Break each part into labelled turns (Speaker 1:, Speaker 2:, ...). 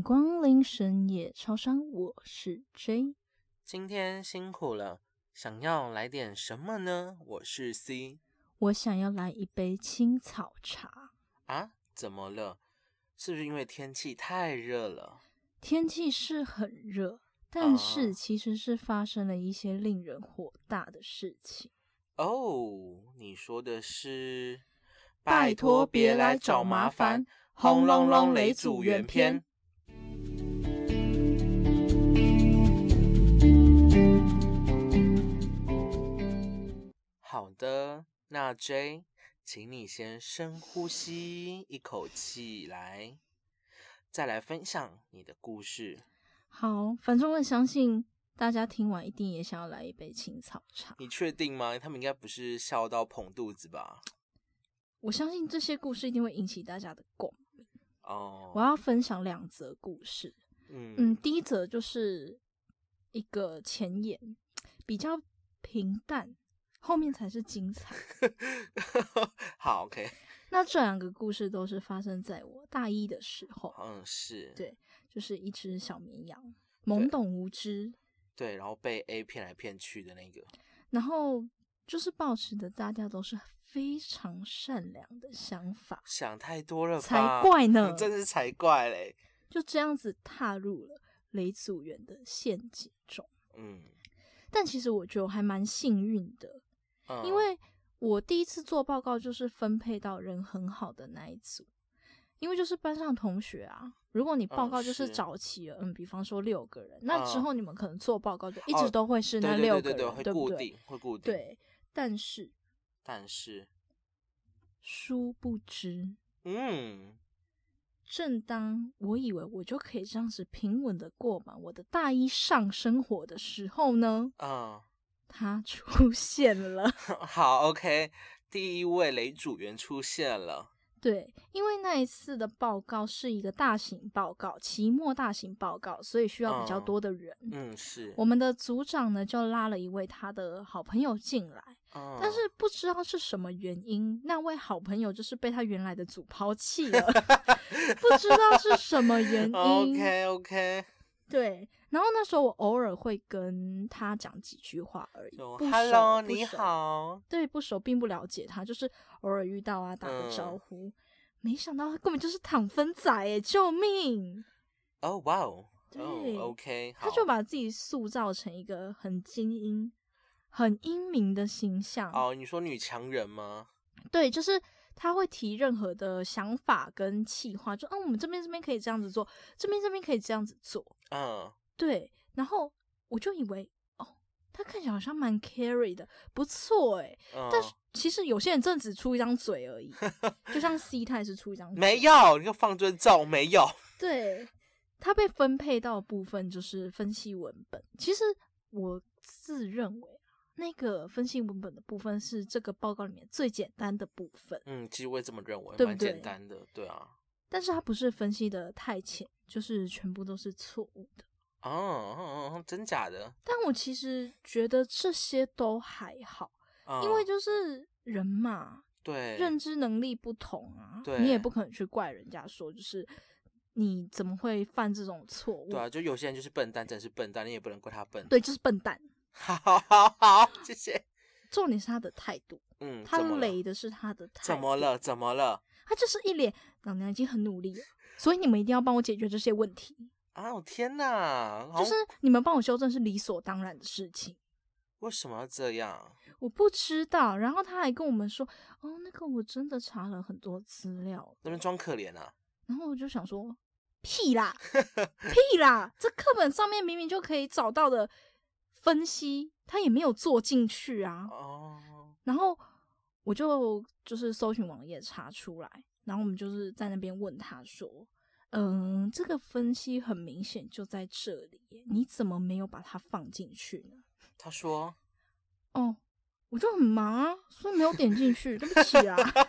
Speaker 1: 听深夜超商，我是 J。
Speaker 2: 今天辛苦了，想要来点什么呢？我是 C
Speaker 1: 我想要来一杯青草茶。
Speaker 2: 啊，怎么了？是不是因为天气太热了？
Speaker 1: 天气是很热，但是
Speaker 2: 哦
Speaker 1: 其实是发生了一些令人火大的事情。
Speaker 2: 哦，你说的是？
Speaker 1: 拜托别来找麻烦轰隆隆雷主原片。
Speaker 2: 好的，那 J，请你先深呼吸一口气来，再来分享你的故事。
Speaker 1: 好，反正我也相信大家听完一定也想要来一杯青草茶。
Speaker 2: 你确定吗？他们应该不是笑到捧肚子吧？
Speaker 1: 我相信这些故事一定会引起大家的共。
Speaker 2: 哦，
Speaker 1: 我要分享两则故事。嗯，
Speaker 2: 嗯
Speaker 1: 第一则就是一个前言，比较平淡，后面才是精彩。
Speaker 2: 好，OK，
Speaker 1: 那这两个故事都是发生在我大一的时候，
Speaker 2: 嗯是，
Speaker 1: 对就是一只小绵羊，懵懂无知，
Speaker 2: 对，然后被 A 骗来骗去的那个，
Speaker 1: 然后就是保持着大家都是非常善良的想法，
Speaker 2: 想太多了吧？
Speaker 1: 才怪呢
Speaker 2: 真是才怪嘞！
Speaker 1: 就这样子踏入了雷祖元的陷阱中。
Speaker 2: 嗯，
Speaker 1: 但其实我觉得我还蛮幸运的，
Speaker 2: 嗯
Speaker 1: 因为我第一次做报告就是分配到人很好的那一组，因为就是班上同学啊。如果你报告就是
Speaker 2: 嗯是
Speaker 1: 找齐了，嗯比方说六个人，那之
Speaker 2: 嗯
Speaker 1: 后你们可能做报告就一
Speaker 2: 哦
Speaker 1: 直都会是
Speaker 2: 对
Speaker 1: 那
Speaker 2: 对
Speaker 1: 六
Speaker 2: 对
Speaker 1: 个
Speaker 2: 对
Speaker 1: 人，
Speaker 2: 对，会
Speaker 1: 不
Speaker 2: 固
Speaker 1: 对？
Speaker 2: 定，会固定。，
Speaker 1: 对，但是
Speaker 2: 但是，
Speaker 1: 殊不知，
Speaker 2: 嗯，
Speaker 1: 正当我以为我就可以这样子平稳的过完我的大一上生活的时候呢，
Speaker 2: 嗯，
Speaker 1: 它出现了。
Speaker 2: 好，OK，第一位雷主员出现了，
Speaker 1: 对，因为那一次的报告是一个大型报告，期末大型报告，所以需要比较
Speaker 2: 嗯
Speaker 1: 多的人。
Speaker 2: 嗯，是，
Speaker 1: 我们的组长呢就拉了一位他的好朋友进来，
Speaker 2: 嗯
Speaker 1: 但是不知道是什么原因，那位好朋友就是被他原来的组抛弃了， 不知道是什么原因。
Speaker 2: 哦 OK OK，
Speaker 1: 对，然后那时候我偶尔会跟他讲几句话而已。
Speaker 2: 就
Speaker 1: 不熟
Speaker 2: Hello，
Speaker 1: 不
Speaker 2: 你
Speaker 1: 熟
Speaker 2: 好，
Speaker 1: 对不熟并不了解他，就是偶尔遇到啊打个招
Speaker 2: 嗯
Speaker 1: 呼。没想到他根本就是躺分仔哎，救命！
Speaker 2: 哦哇哦，
Speaker 1: 对
Speaker 2: 哦 OK，
Speaker 1: 他
Speaker 2: 好
Speaker 1: 就把自己塑造成一个很精英、很英明的形象。
Speaker 2: 哦，你说女强人吗？
Speaker 1: 对，就是他会提任何的想法跟企划，就嗯，我们这边这边可以这样子做，这边这边可以这样子做。
Speaker 2: 嗯，
Speaker 1: 对，然后我就以为哦，他看起来好像蛮 carry 的，不错哎。
Speaker 2: 嗯
Speaker 1: 但是其实有些人真的只出一张嘴而已，就 像 C 他也是出一张嘴，
Speaker 2: 没有，你就放尊重，没有。
Speaker 1: 对，他被分配到的部分就是分析文本。其实我自认为啊那个分析文本的部分是这个报告里面最简单的部分，
Speaker 2: 嗯，其实我也这么认为，
Speaker 1: 对不
Speaker 2: 蛮
Speaker 1: 对
Speaker 2: 简单的，对啊。
Speaker 1: 但是他不是分析的太浅，就是全部都是错误的。
Speaker 2: 哦哦，哦真假的？
Speaker 1: 但我其实觉得这些都还好，
Speaker 2: 嗯、
Speaker 1: 因为就是人嘛，
Speaker 2: 对
Speaker 1: 认知能力不同啊，
Speaker 2: 对
Speaker 1: 你也不可能去怪人家说就是你怎么会犯这种错误
Speaker 2: 对。啊，就有些人就是笨蛋，真是笨蛋，你也不能怪他笨。，
Speaker 1: 对，就是笨蛋。
Speaker 2: 好好好，谢谢。
Speaker 1: 重点是他的态度，
Speaker 2: 嗯，
Speaker 1: 他
Speaker 2: 怎么了
Speaker 1: 雷的是他的态度，
Speaker 2: 怎么？了？怎么了？
Speaker 1: 他就是一脸老娘已经很努力了，所以你们一定要帮我解决这些问题，
Speaker 2: 啊，我天哪！好
Speaker 1: 就是你们帮我修正是理所当然的事情。
Speaker 2: 为什么要这样？
Speaker 1: 我不知道，然后他还跟我们说，哦，那个我真的查了很多资料，
Speaker 2: 那边装可怜啊？
Speaker 1: 然后我就想说，屁啦，屁啦，这课本上面明明就可以找到的分析，他也没有做进去啊。
Speaker 2: 哦，
Speaker 1: 然后我就就是搜寻网页查出来，然后我们就是在那边问他说：“嗯，这个分析很明显就在这里耶，你怎么没有把它放进去呢
Speaker 2: 他说，？”
Speaker 1: 哦，我就很忙啊，所以没有点进去，对不起啊。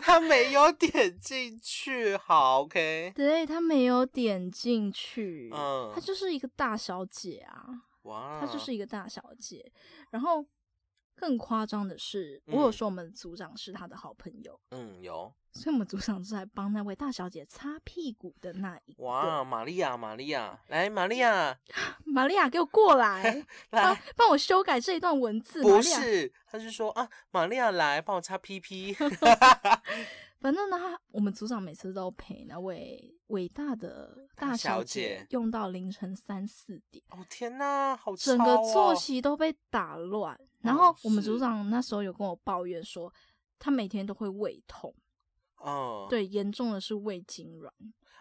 Speaker 2: 他没有点进去。好，OK。
Speaker 1: 对他没有点进去，
Speaker 2: 嗯
Speaker 1: 她就是一个大小姐啊，
Speaker 2: 哇，
Speaker 1: 她就是一个大小姐。然后更夸张的是，
Speaker 2: 嗯
Speaker 1: 我有说我们组长是他的好朋友，
Speaker 2: 嗯，有
Speaker 1: 所以我们组长是来帮那位大小姐擦屁股的那一个。
Speaker 2: 哇，玛利亚，玛利亚，来，玛利亚，
Speaker 1: 玛利亚，给我过 来，帮
Speaker 2: 来，
Speaker 1: 帮我修改这一段文字。玛
Speaker 2: 不
Speaker 1: 利亚，
Speaker 2: 是，他是说啊，玛利亚来帮我擦屁屁，
Speaker 1: 反正呢，他我们组长每次都陪那位伟大的大
Speaker 2: 大
Speaker 1: 小
Speaker 2: 小
Speaker 1: 姐
Speaker 2: 姐
Speaker 1: 用到凌晨三四点。
Speaker 2: 哦天哪，好
Speaker 1: 整
Speaker 2: 吵
Speaker 1: 个
Speaker 2: 哦
Speaker 1: 作息都被打乱。然后我们组
Speaker 2: 是
Speaker 1: 长那时候有跟我抱怨说，他每天都会胃痛，
Speaker 2: 嗯，
Speaker 1: 对，严重的是胃痉挛，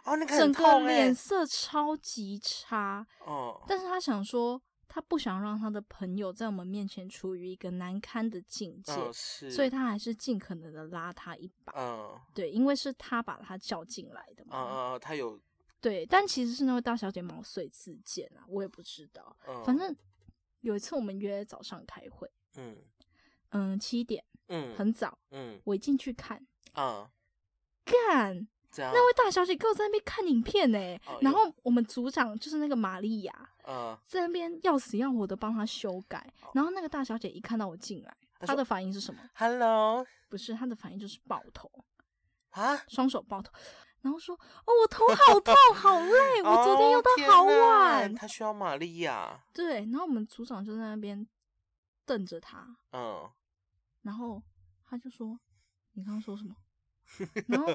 Speaker 2: 哦，那个
Speaker 1: 整
Speaker 2: 很
Speaker 1: 个
Speaker 2: 痛哎
Speaker 1: 脸，色超级差。
Speaker 2: 哦，
Speaker 1: 但是他想说，他不想让他的朋友在我们面前处于一个难堪的境界，
Speaker 2: 嗯是，
Speaker 1: 所以他还是尽可能的拉他一把。
Speaker 2: 嗯
Speaker 1: 对，因为是他把他叫进来的
Speaker 2: 嗯
Speaker 1: 嘛。
Speaker 2: 嗯，嗯他有
Speaker 1: 对，但其实是那位大小姐毛遂自荐啊，我也不知道。
Speaker 2: 嗯，
Speaker 1: 反正有一次我们约早上开会。
Speaker 2: 嗯
Speaker 1: 嗯，七点
Speaker 2: 嗯
Speaker 1: 很早，
Speaker 2: 嗯
Speaker 1: 我一进去看，
Speaker 2: 啊，
Speaker 1: 干
Speaker 2: 这样
Speaker 1: 那位大小姐给我在那边看影片呢、
Speaker 2: 哦
Speaker 1: 然
Speaker 2: 有
Speaker 1: 后我们组长就是那个玛利亚
Speaker 2: 嗯，
Speaker 1: 在那边要死要活的帮她修改，然后那个大小姐一看到我进来，
Speaker 2: 哦她
Speaker 1: 她
Speaker 2: 说
Speaker 1: 的反应是什么？
Speaker 2: Hello
Speaker 1: 不是，她的反应就是抱头，
Speaker 2: 啊，
Speaker 1: 双手抱头，然后说：“哦，我头好痛，好累，我昨天又
Speaker 2: 哦
Speaker 1: 到
Speaker 2: 天
Speaker 1: 好
Speaker 2: 哪
Speaker 1: 晚。
Speaker 2: 他需要玛利亚，
Speaker 1: 对，然后我们组长就在那边瞪着她，
Speaker 2: 嗯，
Speaker 1: 然后他就说：“你刚刚说什么？”然 后，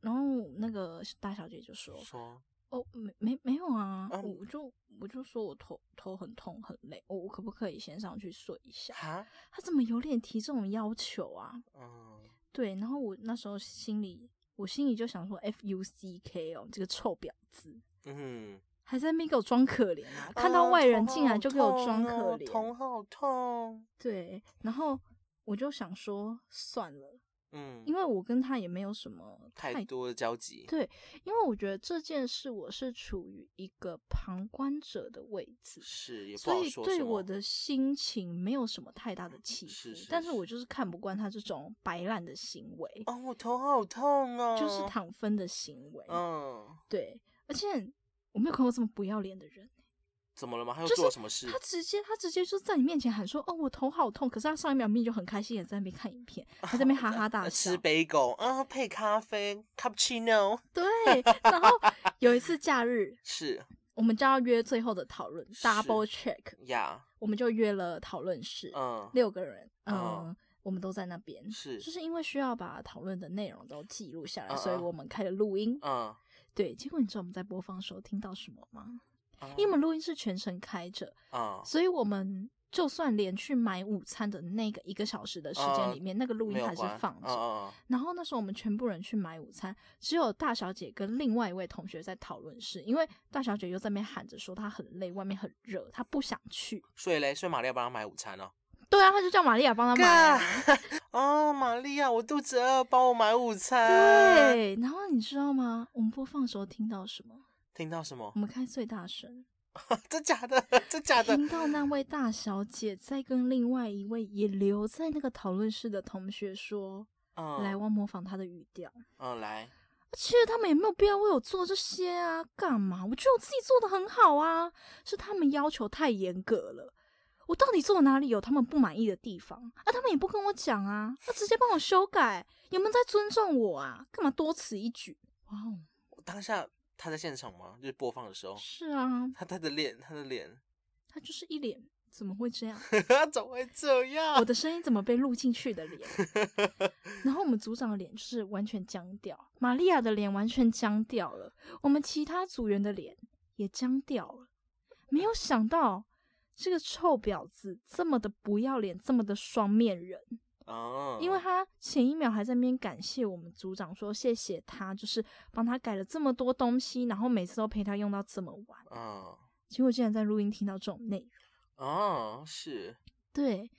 Speaker 1: 然后那个大小姐就说
Speaker 2: 说：“
Speaker 1: 哦，没没没有啊，
Speaker 2: 啊
Speaker 1: 我就我就说我头头很痛很累，哦我、我可不可以先上去睡一下？”
Speaker 2: 哈，
Speaker 1: 他怎么有脸提这种要求啊？
Speaker 2: 嗯，
Speaker 1: 对，然后我那时候心里，我心里就想说，F U C K 哦，这个臭婊子。
Speaker 2: 嗯，
Speaker 1: 还在那边给我装可怜啊！看到
Speaker 2: 啊
Speaker 1: 外人
Speaker 2: 头
Speaker 1: 进来
Speaker 2: 好
Speaker 1: 就给我
Speaker 2: 痛
Speaker 1: 装
Speaker 2: 哦
Speaker 1: 可怜，
Speaker 2: 头好痛，
Speaker 1: 对。然后我就想说，算了，
Speaker 2: 嗯，
Speaker 1: 因
Speaker 2: 为
Speaker 1: 为我跟他也没有什么
Speaker 2: 太多的交集，
Speaker 1: 对，因为我觉得这件事我是处于一个旁观者的位置，
Speaker 2: 是也不
Speaker 1: 所
Speaker 2: 好
Speaker 1: 以
Speaker 2: 说
Speaker 1: 对
Speaker 2: 什么
Speaker 1: 我的心情没有什么太大的起伏。
Speaker 2: 是是
Speaker 1: 但是我
Speaker 2: 是
Speaker 1: 就是看不惯他这种摆烂的行为，
Speaker 2: 哦，我头好痛哦，
Speaker 1: 就是，躺分的行为。
Speaker 2: 嗯，
Speaker 1: 对，而且我没有看过这么不要脸的人。
Speaker 2: 怎么了吗？他又
Speaker 1: 就是
Speaker 2: 做了什么事？
Speaker 1: 他直接他直接就在你面前喊说：“哦，我头好痛。”可是他上一秒明明就很开心，也在那边看影片，还在那边哈哈大
Speaker 2: 呃
Speaker 1: 笑
Speaker 2: 吃。杯狗啊，配咖啡，cappuccino
Speaker 1: 对，然后有一次假日，
Speaker 2: 是
Speaker 1: 我们就要约最后的讨论
Speaker 2: 是
Speaker 1: ，double check。
Speaker 2: 呀，
Speaker 1: 我们就约了讨论室，
Speaker 2: 嗯，
Speaker 1: 六个人，嗯、
Speaker 2: 哦
Speaker 1: 我们都在那边。
Speaker 2: 是
Speaker 1: 就是因为需要把讨论的内容都记录下来，
Speaker 2: 嗯嗯
Speaker 1: 所以我们开了录音。
Speaker 2: 嗯，
Speaker 1: 对，结果你知道我们在播放的时候听到什么吗？
Speaker 2: 嗯
Speaker 1: 因为我们录音是全程开着，
Speaker 2: 嗯
Speaker 1: 所以我们就算连去买午餐的那个一个小时的时间里面，那个录
Speaker 2: 哦
Speaker 1: 音
Speaker 2: 没有
Speaker 1: 还是
Speaker 2: 关
Speaker 1: 放着。
Speaker 2: 嗯
Speaker 1: 然后那时候我们全部人去买午餐，只有大小姐跟另外一位同学在讨论室，因为大小姐又在那边喊着说她很累，外面很热，她不想去。
Speaker 2: 所以嘞，所以玛利亚帮他买午餐哦。
Speaker 1: 对啊，他就叫玛利亚帮他买啊、
Speaker 2: 哦，玛利亚，我肚子饿，帮我买午餐。，
Speaker 1: 对，然后你知道吗？我们播放的时候听到什么？
Speaker 2: 听到什么
Speaker 1: 我？们开最大声，
Speaker 2: 真假的？ 真假的？
Speaker 1: 听到那位大小姐在跟另外一位也留在那个讨论室的同学说：“
Speaker 2: 嗯，
Speaker 1: 来，我要模仿她的语调。
Speaker 2: 嗯，来，”
Speaker 1: 其实他们也没有必要为我做这些啊，干嘛？我觉得我自己做的很好啊，是他们要求太严格了。我到底做哪里有他们不满意的地方啊？他们也不跟我讲啊，那直接帮我修改，有没有在尊重我啊？干嘛多此一举？哇哦，
Speaker 2: 当下他在现场吗？就是播放的时候，
Speaker 1: 是啊，
Speaker 2: 他他的脸，他的脸，
Speaker 1: 他就是一脸怎么会这样？
Speaker 2: 怎么会这
Speaker 1: 我
Speaker 2: 样？
Speaker 1: 的声音怎么被录进去的脸？然后我们组长的脸就是完全僵掉，玛利亚的脸完全僵掉了，我们其他组员的脸也僵掉了。没有想到这个臭婊子这么的不要脸，这么的双面人，
Speaker 2: 嗯，
Speaker 1: 因为他前一秒还在那边感谢我们组长说谢谢他，就是帮他改了这么多东西，然后每次都陪他用到这么晚，
Speaker 2: 嗯
Speaker 1: 结果竟然在录音听到这种内容。
Speaker 2: 哦，是
Speaker 1: 对，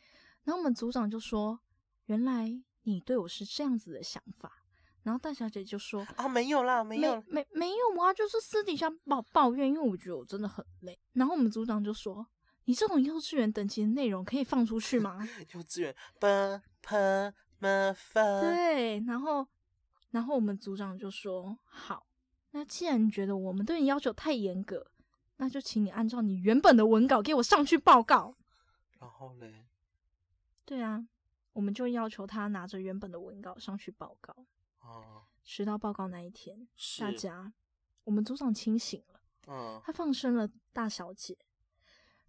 Speaker 1: 然后我们组长就说：“原来你对我是这样子的想法。”然后大小姐就说
Speaker 2: 啊，没有啦，：“没有，
Speaker 1: 没没有啊，就是私底下抱抱怨，因为我觉得我真的很累。”然后我们组长就说：“你这种幼稚园等级的内容可以放出去 吗
Speaker 2: 幼稚园，吧吧嘛？”分，
Speaker 1: 对，然后然后我们组长就说：“好，那既然你觉得我们对你要求太严格，那就请你按照你原本的文稿给我上去报告。”
Speaker 2: 然后嘞，
Speaker 1: 对啊，我们就要求他拿着原本的文稿上去报告。
Speaker 2: 哦，
Speaker 1: 迟到报告那一天，
Speaker 2: 是
Speaker 1: 大家，我们组长清醒了，
Speaker 2: 嗯，
Speaker 1: 他放生了大小姐。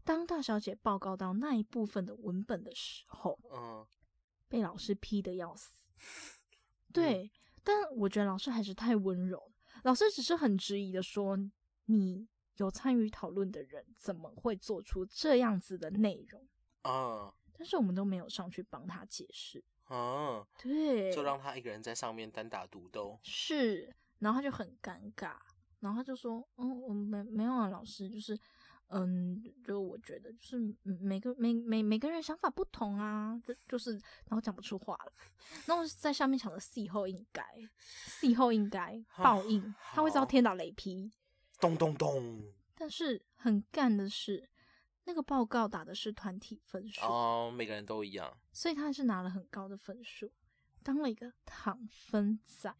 Speaker 1: 当大小姐报告到那一部分的文本的时候，
Speaker 2: 嗯，
Speaker 1: 被老师批的要 死。对，
Speaker 2: 嗯
Speaker 1: 但我觉得老师还是太温柔了，老师只是很质疑的说：“你有参与讨论的人，怎么会做出这样子的内容
Speaker 2: 嗯，？”
Speaker 1: 但是我们都没有上去帮他解释。
Speaker 2: 嗯，
Speaker 1: 对，
Speaker 2: 就让他一个人在上面单打独斗。
Speaker 1: 是，然后他就很尴尬，然后他就说：“嗯，我没没有啊，老师，就是，嗯，就我觉得就是嗯每个每每每个人想法不同啊，就就是，然后讲不出话了，然后我在下面想着事后应该，事后应该报应，他会遭
Speaker 2: 好
Speaker 1: 天打雷劈。
Speaker 2: 咚咚咚！
Speaker 1: 但是很干的是，那个报告打的是团体分数，
Speaker 2: 哦，每个人都一样。
Speaker 1: 所以他还是拿了很高的分数，当了一个躺分仔。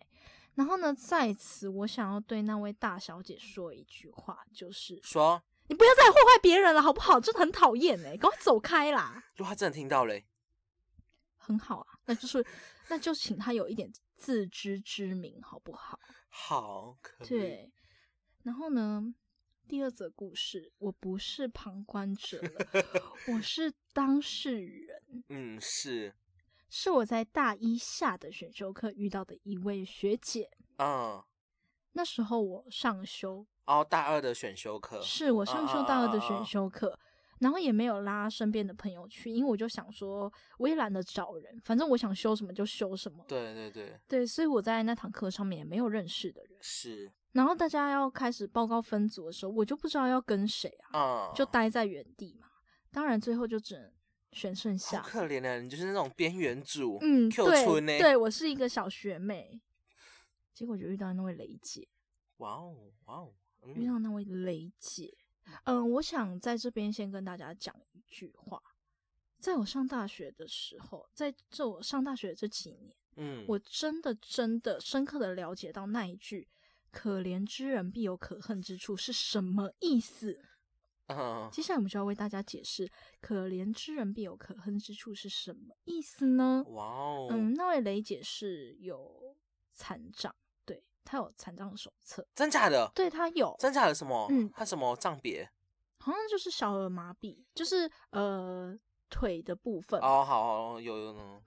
Speaker 1: 然后呢，在此我想要对那位大小姐说一句话，就是
Speaker 2: 说，
Speaker 1: 你不要再祸害别人了，好不好？真的很讨厌哎、赶快走开啦！
Speaker 2: 如果他真的听到嘞，
Speaker 1: 很好啊，那就是那就请她有一点自知之明，好不好？
Speaker 2: 好，可以，
Speaker 1: 对。然后呢，第二则故事，我不是旁观者了，我是当事人。
Speaker 2: 嗯，是，
Speaker 1: 是我在大一下的选修课遇到的一位学姐。
Speaker 2: 嗯，
Speaker 1: 那时候我上修，
Speaker 2: 哦，大二的选修课，
Speaker 1: 是我上修大二的
Speaker 2: 呃啊啊啊啊
Speaker 1: 选修课，然后也没有拉身边的朋友去，因为我就想说，我也懒得找人，反正我想修什么就修什么。
Speaker 2: 对对对，
Speaker 1: 对，所以我在那堂课上面也没有认识的人。
Speaker 2: 是，
Speaker 1: 然后大家要开始报告分组的时候，我就不知道要跟谁啊，
Speaker 2: 嗯，
Speaker 1: 就待在原地嘛。当然最后就只能选剩
Speaker 2: 好
Speaker 1: 下。
Speaker 2: 可怜啊的，你就是那种边缘主，
Speaker 1: 嗯，
Speaker 2: Q
Speaker 1: 对
Speaker 2: 村呢，
Speaker 1: 对，我是一个小学妹，结果就遇到那位雷姐，
Speaker 2: 哇哦哇哦，
Speaker 1: 遇
Speaker 2: 嗯
Speaker 1: 到那位雷姐。嗯，我想在这边先跟大家讲一句话，在我上大学的时候，在这我上大学的这几年，
Speaker 2: 嗯，
Speaker 1: 我真的真的深刻的了解到那一句“可怜之人必有可恨之处”是什么意思。
Speaker 2: 嗯
Speaker 1: 接下来我们就要为大家解释“可怜之人必有可恨之处”是什么意思呢？
Speaker 2: 哇哦，
Speaker 1: 嗯，那位雷姐是有残障，对她有残障手册，
Speaker 2: 真假的，
Speaker 1: 对她有，
Speaker 2: 真假的什么？
Speaker 1: 嗯
Speaker 2: 他什么障别？
Speaker 1: 好像就是小儿麻痹，就是呃腿的部分。
Speaker 2: 哦，好好，有有有，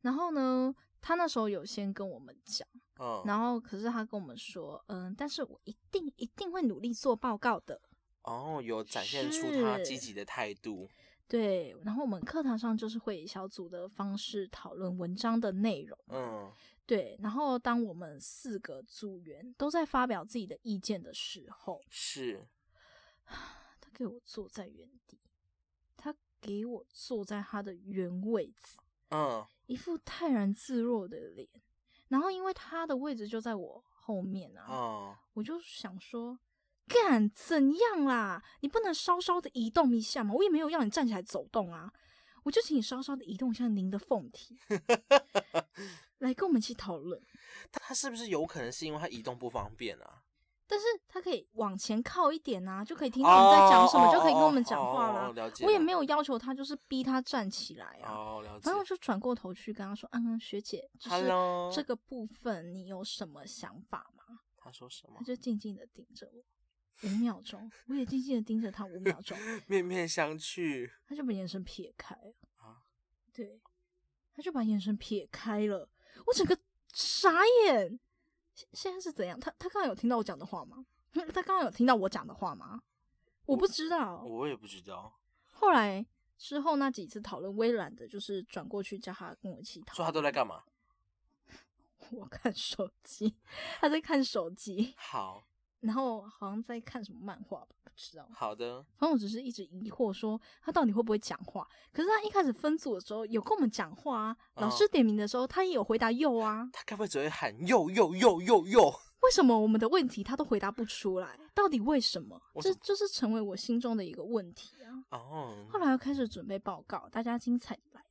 Speaker 1: 然后呢，她那时候有先跟我们讲，
Speaker 2: 嗯，
Speaker 1: 然后可是她跟我们说，嗯，但是我一定一定会努力做报告的。
Speaker 2: 哦，有展现出他
Speaker 1: 是
Speaker 2: 积极的态度，
Speaker 1: 对，然后我们课堂上就是会以小组的方式讨论文章的内容。
Speaker 2: 嗯
Speaker 1: 对，然后当我们四个组员都在发表自己的意见的时候，
Speaker 2: 是，
Speaker 1: 他给我坐在原地，他给我坐在他的原位置，
Speaker 2: 嗯
Speaker 1: 一副泰然自若的脸。然后因为他的位置就在我后面啊，
Speaker 2: 嗯，
Speaker 1: 我就想说，干怎样啦？你不能稍稍的移动一下吗？我也没有要你站起来走动啊，我就请你稍稍的移动一下您的凤体，来跟我们一起讨论。
Speaker 2: 他他是不是有可能是因为他移动不方便啊？
Speaker 1: 但是他可以往前靠一点啊，就可以听到我们在讲什么，
Speaker 2: 哦
Speaker 1: 就可以跟我们讲话
Speaker 2: 哦哦
Speaker 1: 啦
Speaker 2: 哦。了解了，
Speaker 1: 我也没有要求他，就是逼他站起来啊。
Speaker 2: 哦，了解
Speaker 1: 然后我就转过头去跟他说：“嗯，学姐，就是
Speaker 2: ，Hello，
Speaker 1: 这个部分你有什么想法吗
Speaker 2: 他说什？”么
Speaker 1: 他？就静静的盯着我五秒钟，我也静静的盯着他五 秒钟，
Speaker 2: 面面相觑，
Speaker 1: 他就把眼神撇开了
Speaker 2: 啊
Speaker 1: 对，他就把眼神撇开了，我整个傻眼。现现在是怎样？他他刚刚有听到我讲的话吗？ 嗯他刚刚有听到我讲的话吗？我不知道。
Speaker 2: 我也不知道，
Speaker 1: 后来之后那几次讨论，我也懒得就是转过去叫他跟我一起讨
Speaker 2: 说
Speaker 1: 论。
Speaker 2: 他都在干嘛？
Speaker 1: 我看手机，他在看手机，
Speaker 2: 好
Speaker 1: 然后好像在看什么漫画吧，不知道。
Speaker 2: 好的，
Speaker 1: 反正我只是一直疑惑说他到底会不会讲话。可是他一开始分组的时候有跟我们讲话啊，
Speaker 2: 嗯
Speaker 1: 老师点名的时候他也有回答又啊，
Speaker 2: 他该不会只会喊哟哟哟哟哟？
Speaker 1: 为什么我们的问题他都回答不出来？到底为什么？
Speaker 2: 为什
Speaker 1: 这
Speaker 2: 么
Speaker 1: 就是成为我心中的一个问题啊。后
Speaker 2: 哦，
Speaker 1: 来又开始准备报告，大家精彩地来。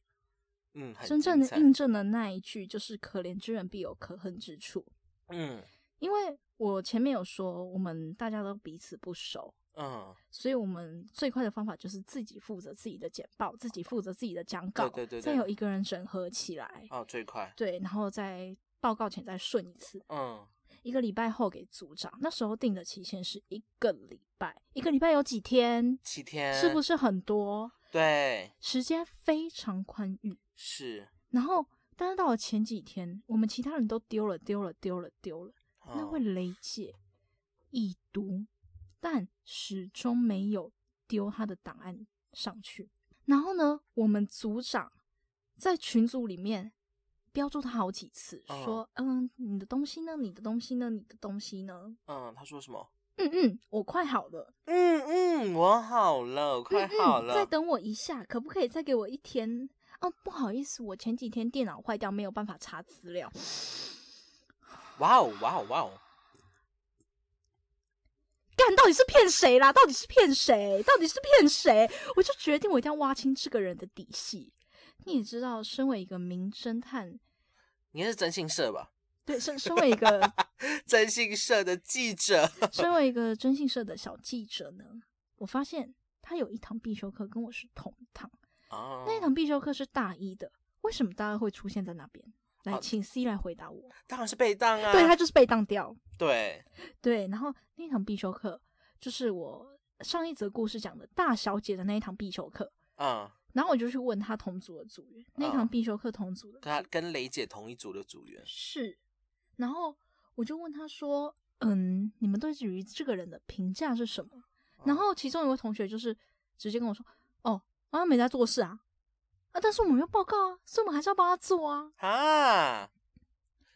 Speaker 2: 嗯，很
Speaker 1: 真正
Speaker 2: 精
Speaker 1: 的
Speaker 2: 彩
Speaker 1: 印证了那一句，就是“可怜之人必有可恨之处
Speaker 2: 嗯”。
Speaker 1: 因为我前面有说，我们大家都彼此不熟，
Speaker 2: 嗯，
Speaker 1: 所以我们最快的方法就是自己负责自己的简报，自己负责自己的讲稿，
Speaker 2: 对对对对
Speaker 1: 再有一个人审核起来，
Speaker 2: 哦，最快，
Speaker 1: 对，然后在报告前再顺一次，
Speaker 2: 嗯，
Speaker 1: 一个礼拜后给组长。那时候定的期限是一个礼拜，一个礼拜有几天？
Speaker 2: 七天，
Speaker 1: 是不
Speaker 2: 是？
Speaker 1: 是很多？
Speaker 2: 对，
Speaker 1: 时间非常宽裕。
Speaker 2: 是。
Speaker 1: 然后，但是到了前几天，我们其他人都丢了，丢了，丢了，丢了，那
Speaker 2: 嗯
Speaker 1: 位雷姐已读，但始终没有丢她的档案上去。然后呢，我们组长在群组里面标注他好几次，
Speaker 2: 嗯
Speaker 1: 说：“嗯，你的东西呢？你的东西呢？你的东西呢
Speaker 2: 嗯，他说什么？？”
Speaker 1: 嗯嗯，我快好了，
Speaker 2: 嗯嗯，我好了，快好
Speaker 1: 嗯嗯，再
Speaker 2: 了。
Speaker 1: 等我一下，可不可以再给我一天？哦，不好意思，我前几天电脑坏掉，没有办法查资料。
Speaker 2: 哇哦哇哦哇哦！
Speaker 1: 干，到底是骗谁啦？到底是骗谁？到底是骗谁？我就决定我一定要挖清这个人的底细。你也知道，身为一个名侦探，
Speaker 2: 你是征信社吧？
Speaker 1: 对，身身为一个
Speaker 2: 征信社的记者。
Speaker 1: 身为一个征信社的小记者呢，我发现他有一堂必修课跟我是同一堂，
Speaker 2: 哦，
Speaker 1: 那一堂必修课是大一的。为什么大二会出现在那边？来，
Speaker 2: 好
Speaker 1: 请 C 来回答我。
Speaker 2: 当然是被当哦啊。
Speaker 1: 对他就是被当掉。
Speaker 2: 对，
Speaker 1: 对，然后那一堂必修课就是我上一则故事讲的大小姐的那一堂必修课。
Speaker 2: 嗯，
Speaker 1: 然后我就去问他同组的组员，那一堂
Speaker 2: 嗯
Speaker 1: 必修课同组的
Speaker 2: 跟他
Speaker 1: 组
Speaker 2: 跟雷姐同一组的组员。
Speaker 1: 是，然后我就问他说：“嗯，你们对于这个人的评价是什么？”然
Speaker 2: 嗯
Speaker 1: 后其中一位同学就是直接跟我说：“哦，啊没在做事啊，啊，但是我们要报告啊，所以我们还是要帮他做啊。
Speaker 2: 啊，”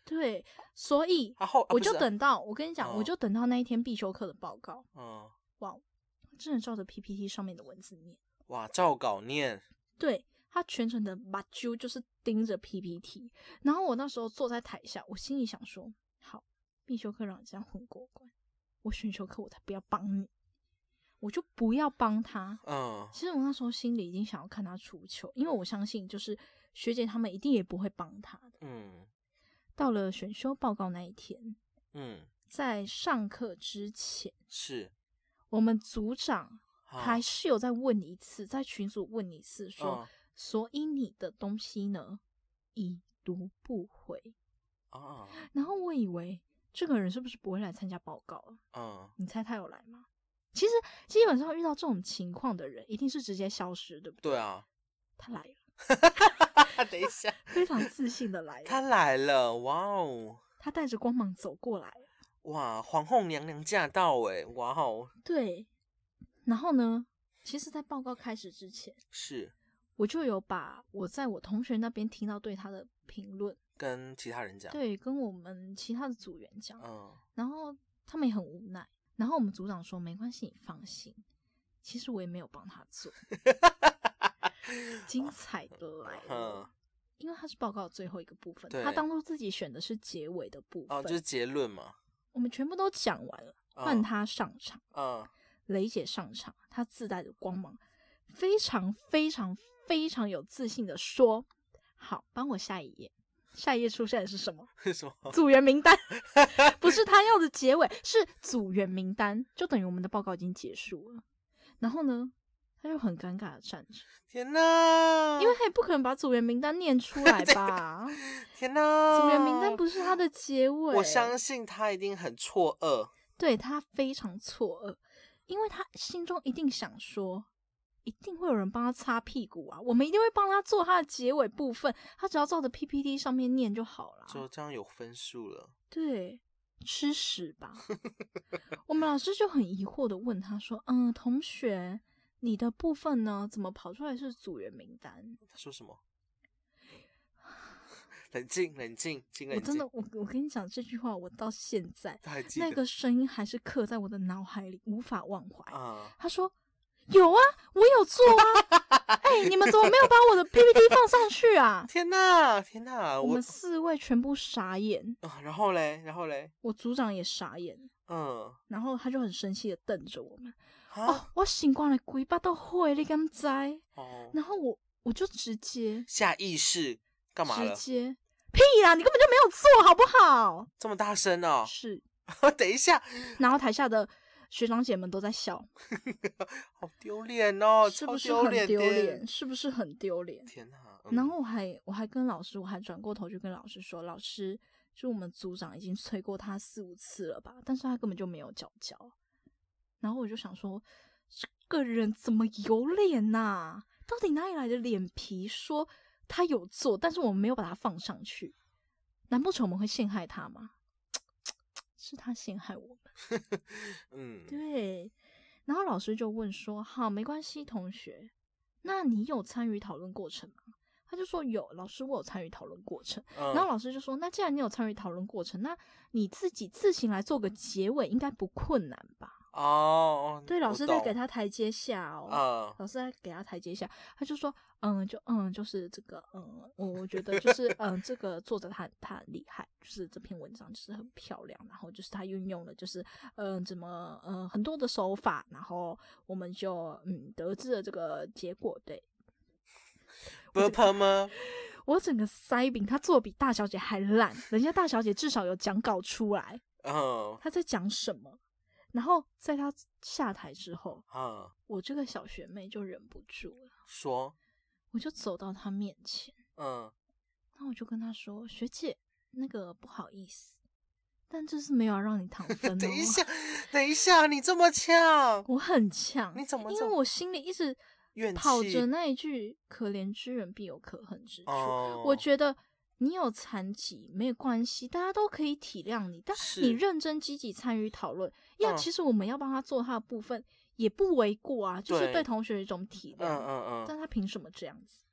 Speaker 1: 对，所以
Speaker 2: 然后
Speaker 1: 我就，等到我跟你讲，我
Speaker 2: 啊哦
Speaker 1: 就等到那一天必修课的报告，
Speaker 2: 啊不是嗯，
Speaker 1: 真的照着 PPT 上面的文字念。
Speaker 2: 哇，照稿念，
Speaker 1: 对他全程的把揪就是盯着 PPT，然后我那时候坐在台下，我心里想说，好，必修课让你这样混过关，我选修课我才不要帮你，我就不要帮他。
Speaker 2: 嗯，
Speaker 1: 其实我那时候心里已经想要看他出糗，因为我相信就是学姐他们一定也不会帮他的。
Speaker 2: 嗯
Speaker 1: 到了选修报告那一天，
Speaker 2: 嗯，
Speaker 1: 在上课之前，
Speaker 2: 是，
Speaker 1: 我们组长
Speaker 2: 啊
Speaker 1: 还是有再问一次，在群组问一次说。
Speaker 2: 嗯
Speaker 1: 所以你的东西呢，已读不回。
Speaker 2: 啊
Speaker 1: 然后我以为这个人是不是不会来参加报告啊？
Speaker 2: 嗯，
Speaker 1: 你猜他有来吗？其实基本上遇到这种情况的人，一定是直接消失，对不对？
Speaker 2: 对 啊，
Speaker 1: 他来了，
Speaker 2: 等一下，
Speaker 1: 非常自信的来了，
Speaker 2: 他
Speaker 1: 他
Speaker 2: 来了，哇哦，
Speaker 1: 他带着光芒走过来了。
Speaker 2: 哇，皇后娘娘驾到哎，哇哦，
Speaker 1: 对，然后呢？其实，在报告开始之前，
Speaker 2: 是
Speaker 1: 我就有把我在我同学那边听到对他的评论，
Speaker 2: 跟其他人讲，
Speaker 1: 对，跟我们其他的组员讲，
Speaker 2: 嗯
Speaker 1: 然后他们也很无奈。然后我们组长说：“没关系，你放心。”其实我也没有帮他 做，精彩的来
Speaker 2: 嗯
Speaker 1: 了。因为他是报告最后一个部分，
Speaker 2: 对
Speaker 1: 他当初自己选的是结尾的部分。
Speaker 2: 哦，就是结论嘛，
Speaker 1: 我们全部都讲完了，
Speaker 2: 嗯
Speaker 1: 换，他上场，
Speaker 2: 嗯
Speaker 1: 雷姐上场，她自带的光芒，非常非常非常有自信的说：“好，帮我下一页。”下一页出现的是什么？
Speaker 2: 为什么？
Speaker 1: 组员名单， 不是他要的结尾，是组员名单，就等于我们的报告已经结束了。然后呢，他就很尴尬的站着，
Speaker 2: 天哪！
Speaker 1: 因为他也不可能把组员名单念出来 吧？
Speaker 2: 天哪，
Speaker 1: 组员名单不是他的结尾，
Speaker 2: 啊我相信他一定很错愕。
Speaker 1: 对他非常错愕，因为他心中一定想说。一定会有人帮他擦屁股啊！我们一定会帮他做他的结尾部分，他只要照着 PPT 上面念就好了。
Speaker 2: 就这样有分数了。
Speaker 1: 对，吃屎吧！ 我们老师就很疑惑的问他说：“嗯，同学，你的部分呢？怎么跑出来是组员名单？
Speaker 2: 他说什么？ 冷静，冷静，请冷
Speaker 1: 我
Speaker 2: 静。
Speaker 1: 真的，我我跟你讲这句话，我到现在
Speaker 2: 他还记得
Speaker 1: 那个声音还是刻在我的脑海里，无法忘怀。
Speaker 2: 啊、
Speaker 1: 他说。”有啊，我有做啊！ 哎、你们怎么没有把我的 PPT 放上去啊？
Speaker 2: 天哪，天哪，
Speaker 1: 我
Speaker 2: 我
Speaker 1: 们四位全部傻眼，
Speaker 2: 啊、然后嘞，然后嘞，
Speaker 1: 我组长也傻眼，
Speaker 2: 嗯，
Speaker 1: 然后他就很生气的瞪着我们。哦
Speaker 2: 啊，，
Speaker 1: 我醒过来鬼巴都会，你敢知？
Speaker 2: 哦，
Speaker 1: 然后我我就直接
Speaker 2: 下意识干嘛
Speaker 1: 直
Speaker 2: 了？
Speaker 1: 接屁啦，你根本就没有做好不好？
Speaker 2: 这么大声哦！
Speaker 1: 是，
Speaker 2: 等一下，
Speaker 1: 然后台下的学长姐们都在笑，
Speaker 2: 好丢脸哦，
Speaker 1: 是
Speaker 2: 超
Speaker 1: 不是很
Speaker 2: 脸
Speaker 1: 丢
Speaker 2: 丢
Speaker 1: 脸？？是不是很丢脸？
Speaker 2: 天哪！嗯
Speaker 1: 然后我还我还跟老师，我还转过头去跟老师说，老师，就我们组长已经催过他四五次了吧，但是他根本就没有缴交。然后我就想说，这个人怎么有脸呐、到底哪里来的脸皮说他有做，但是我们没有把他放上去？难不成我们会陷害他吗？是他陷害我们。
Speaker 2: 嗯，
Speaker 1: 对，然后老师就问说：“好，没关系，同学，那你有参与讨论过程吗？”他就说有，老师我有参与讨论过程。
Speaker 2: 然
Speaker 1: 然后老师就说：“那既然你有参与讨论过程，那你自己自行来做个结尾，应该不困难吧
Speaker 2: 哦，？”
Speaker 1: 对，老
Speaker 2: 嗯我
Speaker 1: 师在
Speaker 2: 懂
Speaker 1: 给他台阶下哦。
Speaker 2: 嗯
Speaker 1: 老师在给他台阶下，他就说，嗯，就嗯，就是这个，嗯，我我觉得就是，嗯，这个作者他他很厉害，就是这篇文章就是很漂亮，然后就是他运用了就是，嗯，怎么，嗯，很多的手法，然后我们就嗯得知了这个结果。对
Speaker 2: 不喷吗？
Speaker 1: 我整个塞饼，他做得比大小姐还烂，人家大小姐至少有讲稿出来，
Speaker 2: 嗯
Speaker 1: 他在讲什么。然后在他下台之后，
Speaker 2: 嗯，
Speaker 1: 我这个小学妹就忍不住了，
Speaker 2: 说
Speaker 1: 我就走到他面前。
Speaker 2: 嗯
Speaker 1: 那我就跟他说：“学姐，那个不好意思，但这是没有要让你 躺分哦。”
Speaker 2: 等一下，等一下，你这么呛，
Speaker 1: 我很强，
Speaker 2: 你怎么
Speaker 1: 因
Speaker 2: 这
Speaker 1: 为
Speaker 2: 么
Speaker 1: 我心里一直
Speaker 2: 怨
Speaker 1: 跑
Speaker 2: 气
Speaker 1: 着那一句“可怜之人必有可恨之处”
Speaker 2: 哦，
Speaker 1: 我觉得你有残疾没有关系，大家都可以体谅你，但
Speaker 2: 是
Speaker 1: 你认真积极参与讨论，要、
Speaker 2: 嗯
Speaker 1: 其实我们要帮他做他的部分也不为过啊，就是
Speaker 2: 对
Speaker 1: 对同学有一种体谅。
Speaker 2: 嗯嗯嗯，
Speaker 1: 但他凭什么这样子？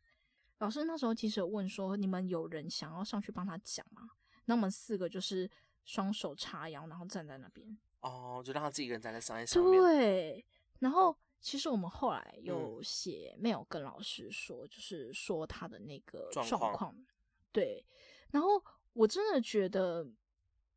Speaker 1: 老师那时候其实有问说，你们有人想要上去帮他讲吗？那我们四个就是双手叉腰，然后站在那边。
Speaker 2: 哦，就让他自己一个人站在商业上面，嗯
Speaker 1: 对，然后其实我们后来有写 mail 跟老师说，就是说他的那个
Speaker 2: 状
Speaker 1: 状
Speaker 2: 况
Speaker 1: 对，然后我真的觉得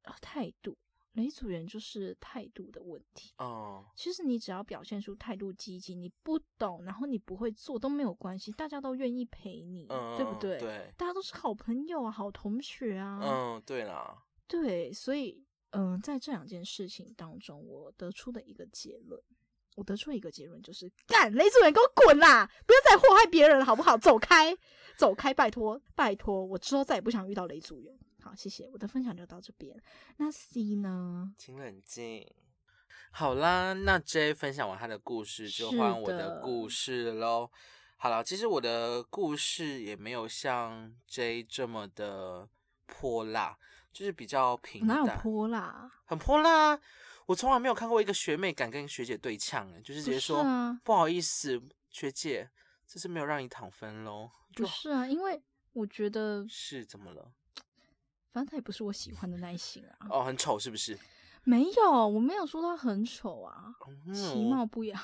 Speaker 1: 呃态度，雷组员就是态度的问题。
Speaker 2: 嗯
Speaker 1: 其实你只要表现出态度积极，你不懂，然后你不会做都没有关系，大家都愿意陪你，
Speaker 2: 嗯，
Speaker 1: 对不对？
Speaker 2: 对，
Speaker 1: 大家都是好朋友啊，好同学啊，
Speaker 2: 嗯对啦，
Speaker 1: 对，所以嗯、呃在这两件事情当中，我得出的一个结论，我得出一个结论就是，干雷主人给我滚啦，不要再祸害别人了，好不好？走开，走开，拜托，拜托，我之后再也不想遇到雷主人。好，谢谢，我的分享就到这边。那 C 呢？
Speaker 2: 请冷静。好啦，那 J 分享完他的故事，就是换我的
Speaker 1: 的
Speaker 2: 故事喽。好了，其实我的故事也没有像 J 这么的泼辣，就是比较平
Speaker 1: 哪有
Speaker 2: 淡，
Speaker 1: 泼啦？
Speaker 2: 很泼辣啊。我从来没有看过一个学妹敢跟学姐对呛，欸就是直
Speaker 1: 不
Speaker 2: 接
Speaker 1: 是
Speaker 2: 说、
Speaker 1: 啊
Speaker 2: 不好意思，学姐，这是没有让你躺分喽。
Speaker 1: 不是啊，因为我觉得，
Speaker 2: 是怎么了？
Speaker 1: 反正他也不是我喜欢的那一型啊。
Speaker 2: 哦，很丑是不是？
Speaker 1: 没有，我没有说他很丑啊，
Speaker 2: 嗯
Speaker 1: 其貌不扬。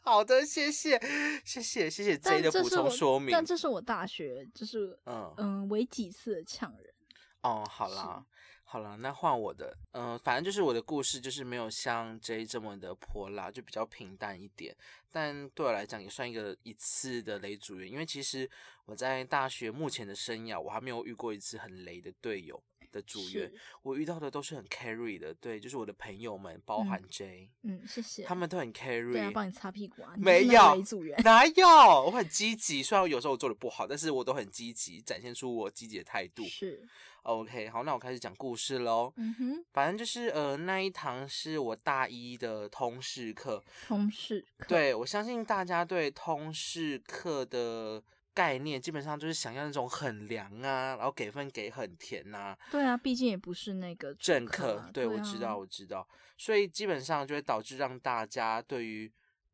Speaker 2: 好的，谢谢，谢谢，谢谢 J
Speaker 1: 但
Speaker 2: 的
Speaker 1: 这
Speaker 2: 补
Speaker 1: 是
Speaker 2: 充
Speaker 1: 我，
Speaker 2: 说明。
Speaker 1: 但这是我大学，就是
Speaker 2: 嗯
Speaker 1: 嗯，为几次的呛人。
Speaker 2: 哦，好啦，好啦，那换我的，嗯、反正就是我的故事就是没有像 J 这么的泼辣，就比较平淡一点。但对我来讲也算一个一次的雷组员，因为其实我在大学目前的生涯，我还没有遇过一次很雷的队友的组员，
Speaker 1: 是，
Speaker 2: 我遇到的都是很 carry 的，对，就是我的朋友们，包
Speaker 1: 嗯
Speaker 2: 含 J，、
Speaker 1: 嗯，谢谢。
Speaker 2: 他们都很
Speaker 1: 对啊，
Speaker 2: carry。
Speaker 1: 帮你擦屁股啊，你就是
Speaker 2: 没
Speaker 1: 那个
Speaker 2: 有
Speaker 1: 雷组 员。
Speaker 2: 哪有？我很积极，虽然我有时候我做的不好，但是我都很积极，展现出我积极的态度。
Speaker 1: 是，
Speaker 2: OK，好，那我开始讲故事喽。
Speaker 1: 嗯哼，
Speaker 2: 反正就是呃，那一堂是我大一的通识课。
Speaker 1: 同事课，
Speaker 2: 对我相信大家对通识课的概念，基本上就是想要那种很凉啊，然后给分给很甜呐、
Speaker 1: 对啊，毕竟也不是那个主
Speaker 2: 政
Speaker 1: 课
Speaker 2: 客
Speaker 1: 嘛，。
Speaker 2: 对，
Speaker 1: 啊
Speaker 2: 我知道，。我知道，所以基本上就会导致让大家对于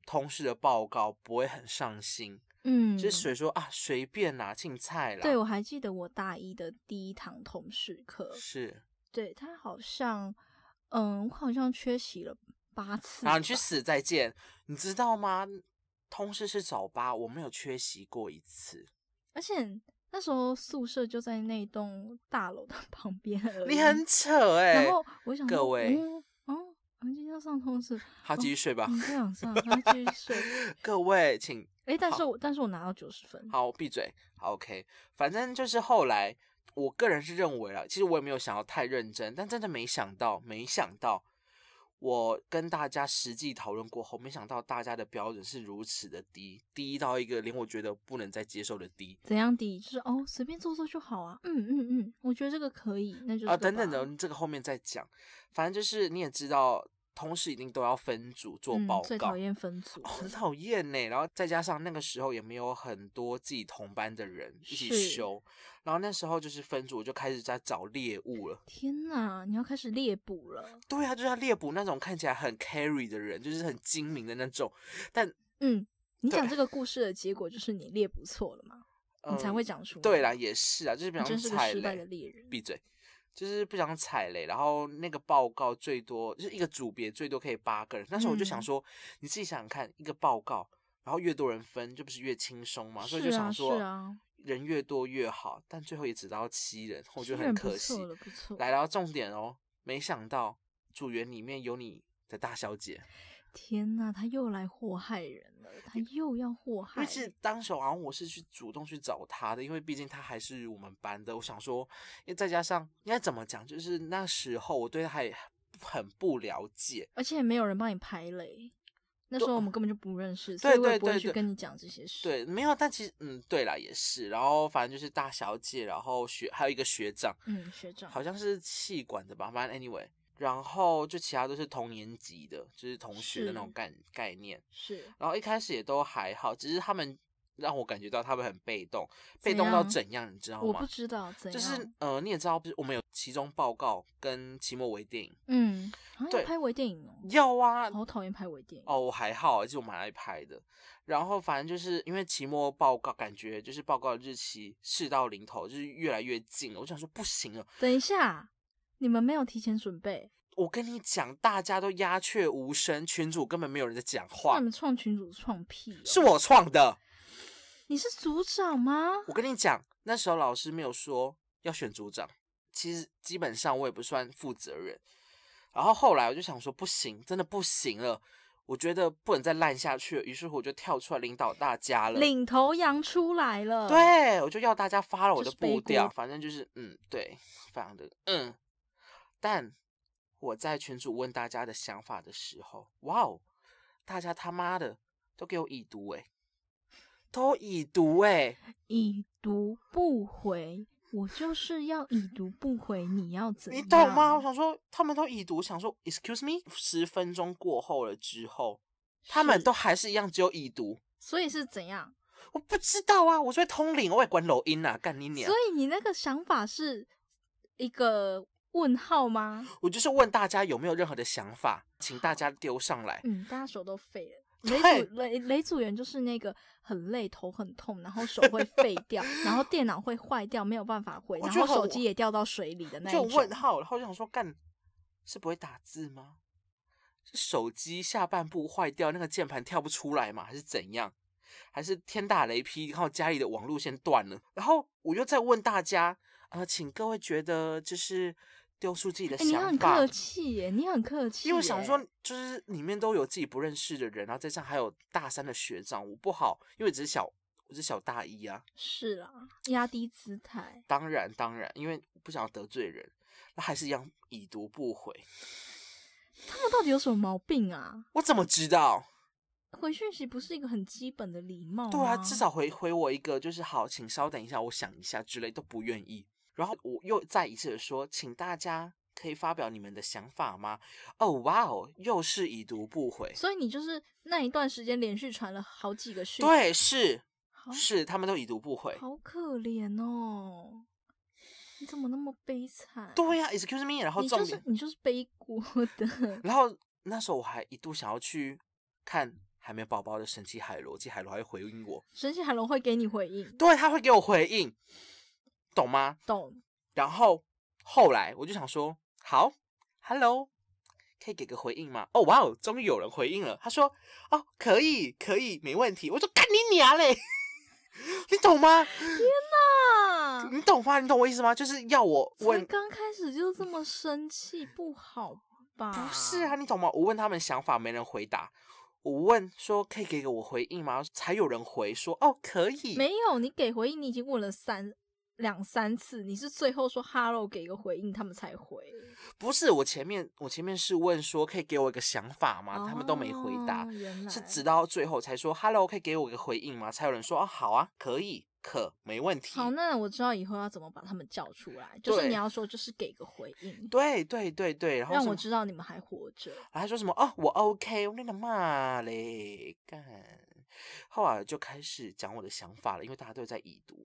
Speaker 2: 通识的报告不会很上心，
Speaker 1: 嗯，
Speaker 2: 就是谁说啊随便啦，青菜啦，
Speaker 1: 对，我还记得我大一的第一堂同事课，
Speaker 2: 是，
Speaker 1: 对他好像，嗯，我好像缺席了八次吧。
Speaker 2: 然后你去死再见，你知道吗？通识是早八，我没有缺席过一次。
Speaker 1: 而且那时候宿舍就在那栋大楼的 旁边而已。
Speaker 2: 你很扯哎、
Speaker 1: 然后我想说
Speaker 2: 各位
Speaker 1: 嗯哦，我们今天要上通识，
Speaker 2: 好，继续睡吧。
Speaker 1: 你不想上，然后继续嗯睡。
Speaker 2: 各位，请
Speaker 1: 哎，但是我但是我拿到九十分，
Speaker 2: 好闭嘴。好 OK，反正就是后来，我个人是认为啦，其实我也没有想要太认真，但真的没想到，没想到我跟大家实际讨论过后，没想到大家的标准是如此的低，低到一个连我觉得不能再接受的低
Speaker 1: 怎样的？就是哦，随便做做就好啊。嗯嗯嗯，我觉得这个可以，那就是
Speaker 2: 啊、等等
Speaker 1: 吧
Speaker 2: 的，这个后面再讲。反正就是你也知道，同事一定都要分组做
Speaker 1: 嗯、
Speaker 2: 报
Speaker 1: 最
Speaker 2: 告
Speaker 1: 讨，厌分组了，
Speaker 2: 哦很讨厌呢。然后再加上那个时候也没有很多自己同班的人一起
Speaker 1: 是
Speaker 2: 修，然后那时候就是分组，我就开始在找猎物了。
Speaker 1: 天哪，你要开始猎捕了。
Speaker 2: 对啊，就是要猎捕那种看起来很 carry 的人，就是很精明的那种。但
Speaker 1: 嗯，你
Speaker 2: 对
Speaker 1: 讲这个故事的结果就是你猎捕错了嘛，
Speaker 2: 嗯，
Speaker 1: 你才会讲出来。
Speaker 2: 对啦，也是啊，就是不
Speaker 1: 你
Speaker 2: 想
Speaker 1: 真是个
Speaker 2: 踩
Speaker 1: 失败的
Speaker 2: 雷，
Speaker 1: 猎人。
Speaker 2: 闭嘴，就是不想踩雷。然后那个报告最多就是一个组别最多可以八个人，那时候我就想
Speaker 1: 嗯
Speaker 2: 说，你自己想想看，一个报告，然后越多人分，这不是越轻松吗？所以
Speaker 1: 是
Speaker 2: 就
Speaker 1: 啊
Speaker 2: 想
Speaker 1: 是
Speaker 2: 说，
Speaker 1: 啊
Speaker 2: 人越多越好，但最后也只到七人，我觉
Speaker 1: 虽
Speaker 2: 得很
Speaker 1: 然
Speaker 2: 可
Speaker 1: 不
Speaker 2: 惜
Speaker 1: 错。了，不错。
Speaker 2: 来，然后重点哦，没想到组员里面有你的大小姐。
Speaker 1: 天哪，他又来祸害人了，他又要祸
Speaker 2: 因
Speaker 1: 害
Speaker 2: 为。其实当时好像我是去主动去找他的，因为毕竟他还是我们班的。我想说，因为再加上应该怎么讲，就是那时候我对他还很不了解。
Speaker 1: 而且没有人帮你排雷。那时候我们根本就不认识，所
Speaker 2: 对
Speaker 1: 以我也
Speaker 2: 对
Speaker 1: 不会
Speaker 2: 对
Speaker 1: 去
Speaker 2: 对
Speaker 1: 跟你讲这些事。，
Speaker 2: 对，没有，但其实嗯，对啦，也是。然后反正就是大小姐，然后学还有一个学长，
Speaker 1: 嗯，学长，
Speaker 2: 好像是气管的吧，反正 anyway。然后就其他都是同年级的，就是同学的那种
Speaker 1: 是
Speaker 2: 概概念。
Speaker 1: 是
Speaker 2: 然后一开始也都还好，只是他们让我感觉到他们很被动，被
Speaker 1: 怎
Speaker 2: 动到
Speaker 1: 样
Speaker 2: 怎样，你知道
Speaker 1: 我
Speaker 2: 吗？
Speaker 1: 不知道怎
Speaker 2: 就
Speaker 1: 样。
Speaker 2: 是呃，你也知道，就是我们有期中报告跟期末微电影。
Speaker 1: 嗯，好像
Speaker 2: 对
Speaker 1: 要拍微电影哦，
Speaker 2: 要啊，
Speaker 1: 好讨厌拍微电影。
Speaker 2: 哦，我还好，就我买来拍的。然后反正就是因为期末报告，感觉就是报告的日期事到临头，就是越来越近了。我想说不行了，
Speaker 1: 等一下，你们没有提前准备，
Speaker 2: 我跟你讲，大家都鸦雀无声，群主根本没有人在讲
Speaker 1: 那
Speaker 2: 话
Speaker 1: 你，们创群主创屁、哦！
Speaker 2: 是，我创的。
Speaker 1: 你是组长吗？
Speaker 2: 我跟你讲，那时候老师没有说要选组长，其实基本上我也不算负责人。然后后来我就想说，不行，真的不行了，我觉得不能再烂下去了。于是乎我就跳出来领导大家了。
Speaker 1: 领头羊出来了。，
Speaker 2: 对，我就要大家发了我
Speaker 1: 就
Speaker 2: 的
Speaker 1: 是背
Speaker 2: 步调，
Speaker 1: 锅
Speaker 2: 反正就是嗯，对，非常的嗯。但我在群主问大家的想法的时候，哇哦，大家他妈的都给我已读诶、都已读欸诶、
Speaker 1: 已读不回，我就是要已读不回，你要怎
Speaker 2: 你
Speaker 1: 样？
Speaker 2: 懂吗？我想说，他们都已读，想说，excuse me，十分钟过后了之后，他们
Speaker 1: 是
Speaker 2: 都还是一样只有已读，
Speaker 1: 所以是怎样？
Speaker 2: 我不知道啊，我是会通灵，我也关抖音啊，干你娘
Speaker 1: 所！以你那个想法是一个问号吗？
Speaker 2: 我就是问大家有没有任何的想法，请大家丢上来。
Speaker 1: 嗯，大家手都废了。
Speaker 2: 对
Speaker 1: 雷组雷雷组员就是那个很累、头很痛，然后手会 废掉，然后电脑会坏掉，没有办法回，
Speaker 2: 我
Speaker 1: 然
Speaker 2: 觉得
Speaker 1: 后
Speaker 2: 很
Speaker 1: 手机也掉到水里的那一
Speaker 2: 就
Speaker 1: 种。
Speaker 2: 问号，然后就想说，干是不会打字吗？是手机下半部坏掉，那个键盘跳不出来吗？还是怎样？还是天打雷劈，然后家里的网路线断了？然后我又再问大家，呃，请各位觉得就是丢出自己的
Speaker 1: 哎、你
Speaker 2: 想
Speaker 1: 很
Speaker 2: 法，
Speaker 1: 客气耶，你很客气耶。
Speaker 2: 因为我想说，就是里面都有自己不认识的人，然后再上还有大三的学长，我不好，因为只是小，我是小大一啊。
Speaker 1: 是啦，压低姿态。
Speaker 2: 当然当然，因为不想要得罪人，那还是一样已读不回。
Speaker 1: 他们到底有什么毛病啊？
Speaker 2: 我怎么知道？
Speaker 1: 回讯息不是一个很基本的礼貌吗？
Speaker 2: 对啊，至少回回我一个就是好，请稍等一下，我想一下之类都不愿意。然后我又再一次的说，请大家可以发表你们的想法吗？哦，哇哦，又是已读不回。
Speaker 1: 所以你就是那一段时间连续传了好几个讯息，
Speaker 2: 对，是
Speaker 1: 好
Speaker 2: 是，他们都已读不回。
Speaker 1: 哦好可怜哦！你怎么那么悲惨？
Speaker 2: 对呀、e x c u s e me，然后
Speaker 1: 你
Speaker 2: 重
Speaker 1: 就
Speaker 2: 点，
Speaker 1: 是你就是背锅的。
Speaker 2: 然后那时候我还一度想要去看海绵宝宝的神奇海螺，记海螺还会回应我，
Speaker 1: 神奇海龙会给你回应，
Speaker 2: 对，他会给我回应，懂吗？
Speaker 1: 懂？
Speaker 2: 然后后来我就想说，好，Hello，可以给个回应吗？哦，哇哦，终于有人回应了。他说，哦，可以，可以，没问题。我说，干你娘嘞！ 你懂吗？
Speaker 1: 啊！
Speaker 2: 你懂吗？你懂我意思吗？就是要我
Speaker 1: 才
Speaker 2: 问，
Speaker 1: 刚开始就这么生气，不好吧？
Speaker 2: 不是啊，，你懂吗？我问他们想法，没人回答。我问说可以给个我回应吗？才有人回说哦可以，
Speaker 1: 没有，你给回应，你已经问了三两三次，你是最后说 “hello” 给一个回应，他们才回。
Speaker 2: 不是我前面，我前面是问说可以给我一个想法吗？他们都没回答
Speaker 1: 哦，原来
Speaker 2: 是直到最后才说 “hello”，可以给我一个回应吗？才有人说哦，好啊，可以，可没问题。
Speaker 1: 好，那我知道以后要怎么把他们叫出来，就是
Speaker 2: 嗯对
Speaker 1: 你要说，就是给个回应，
Speaker 2: 对对对对，然后
Speaker 1: 让
Speaker 2: 什
Speaker 1: 我
Speaker 2: 么
Speaker 1: 知道你们还活着。
Speaker 2: 然后他说什么哦，我 OK，我那个嘛嘞，干。后来就开始讲我的想法了，因为大家都在已读。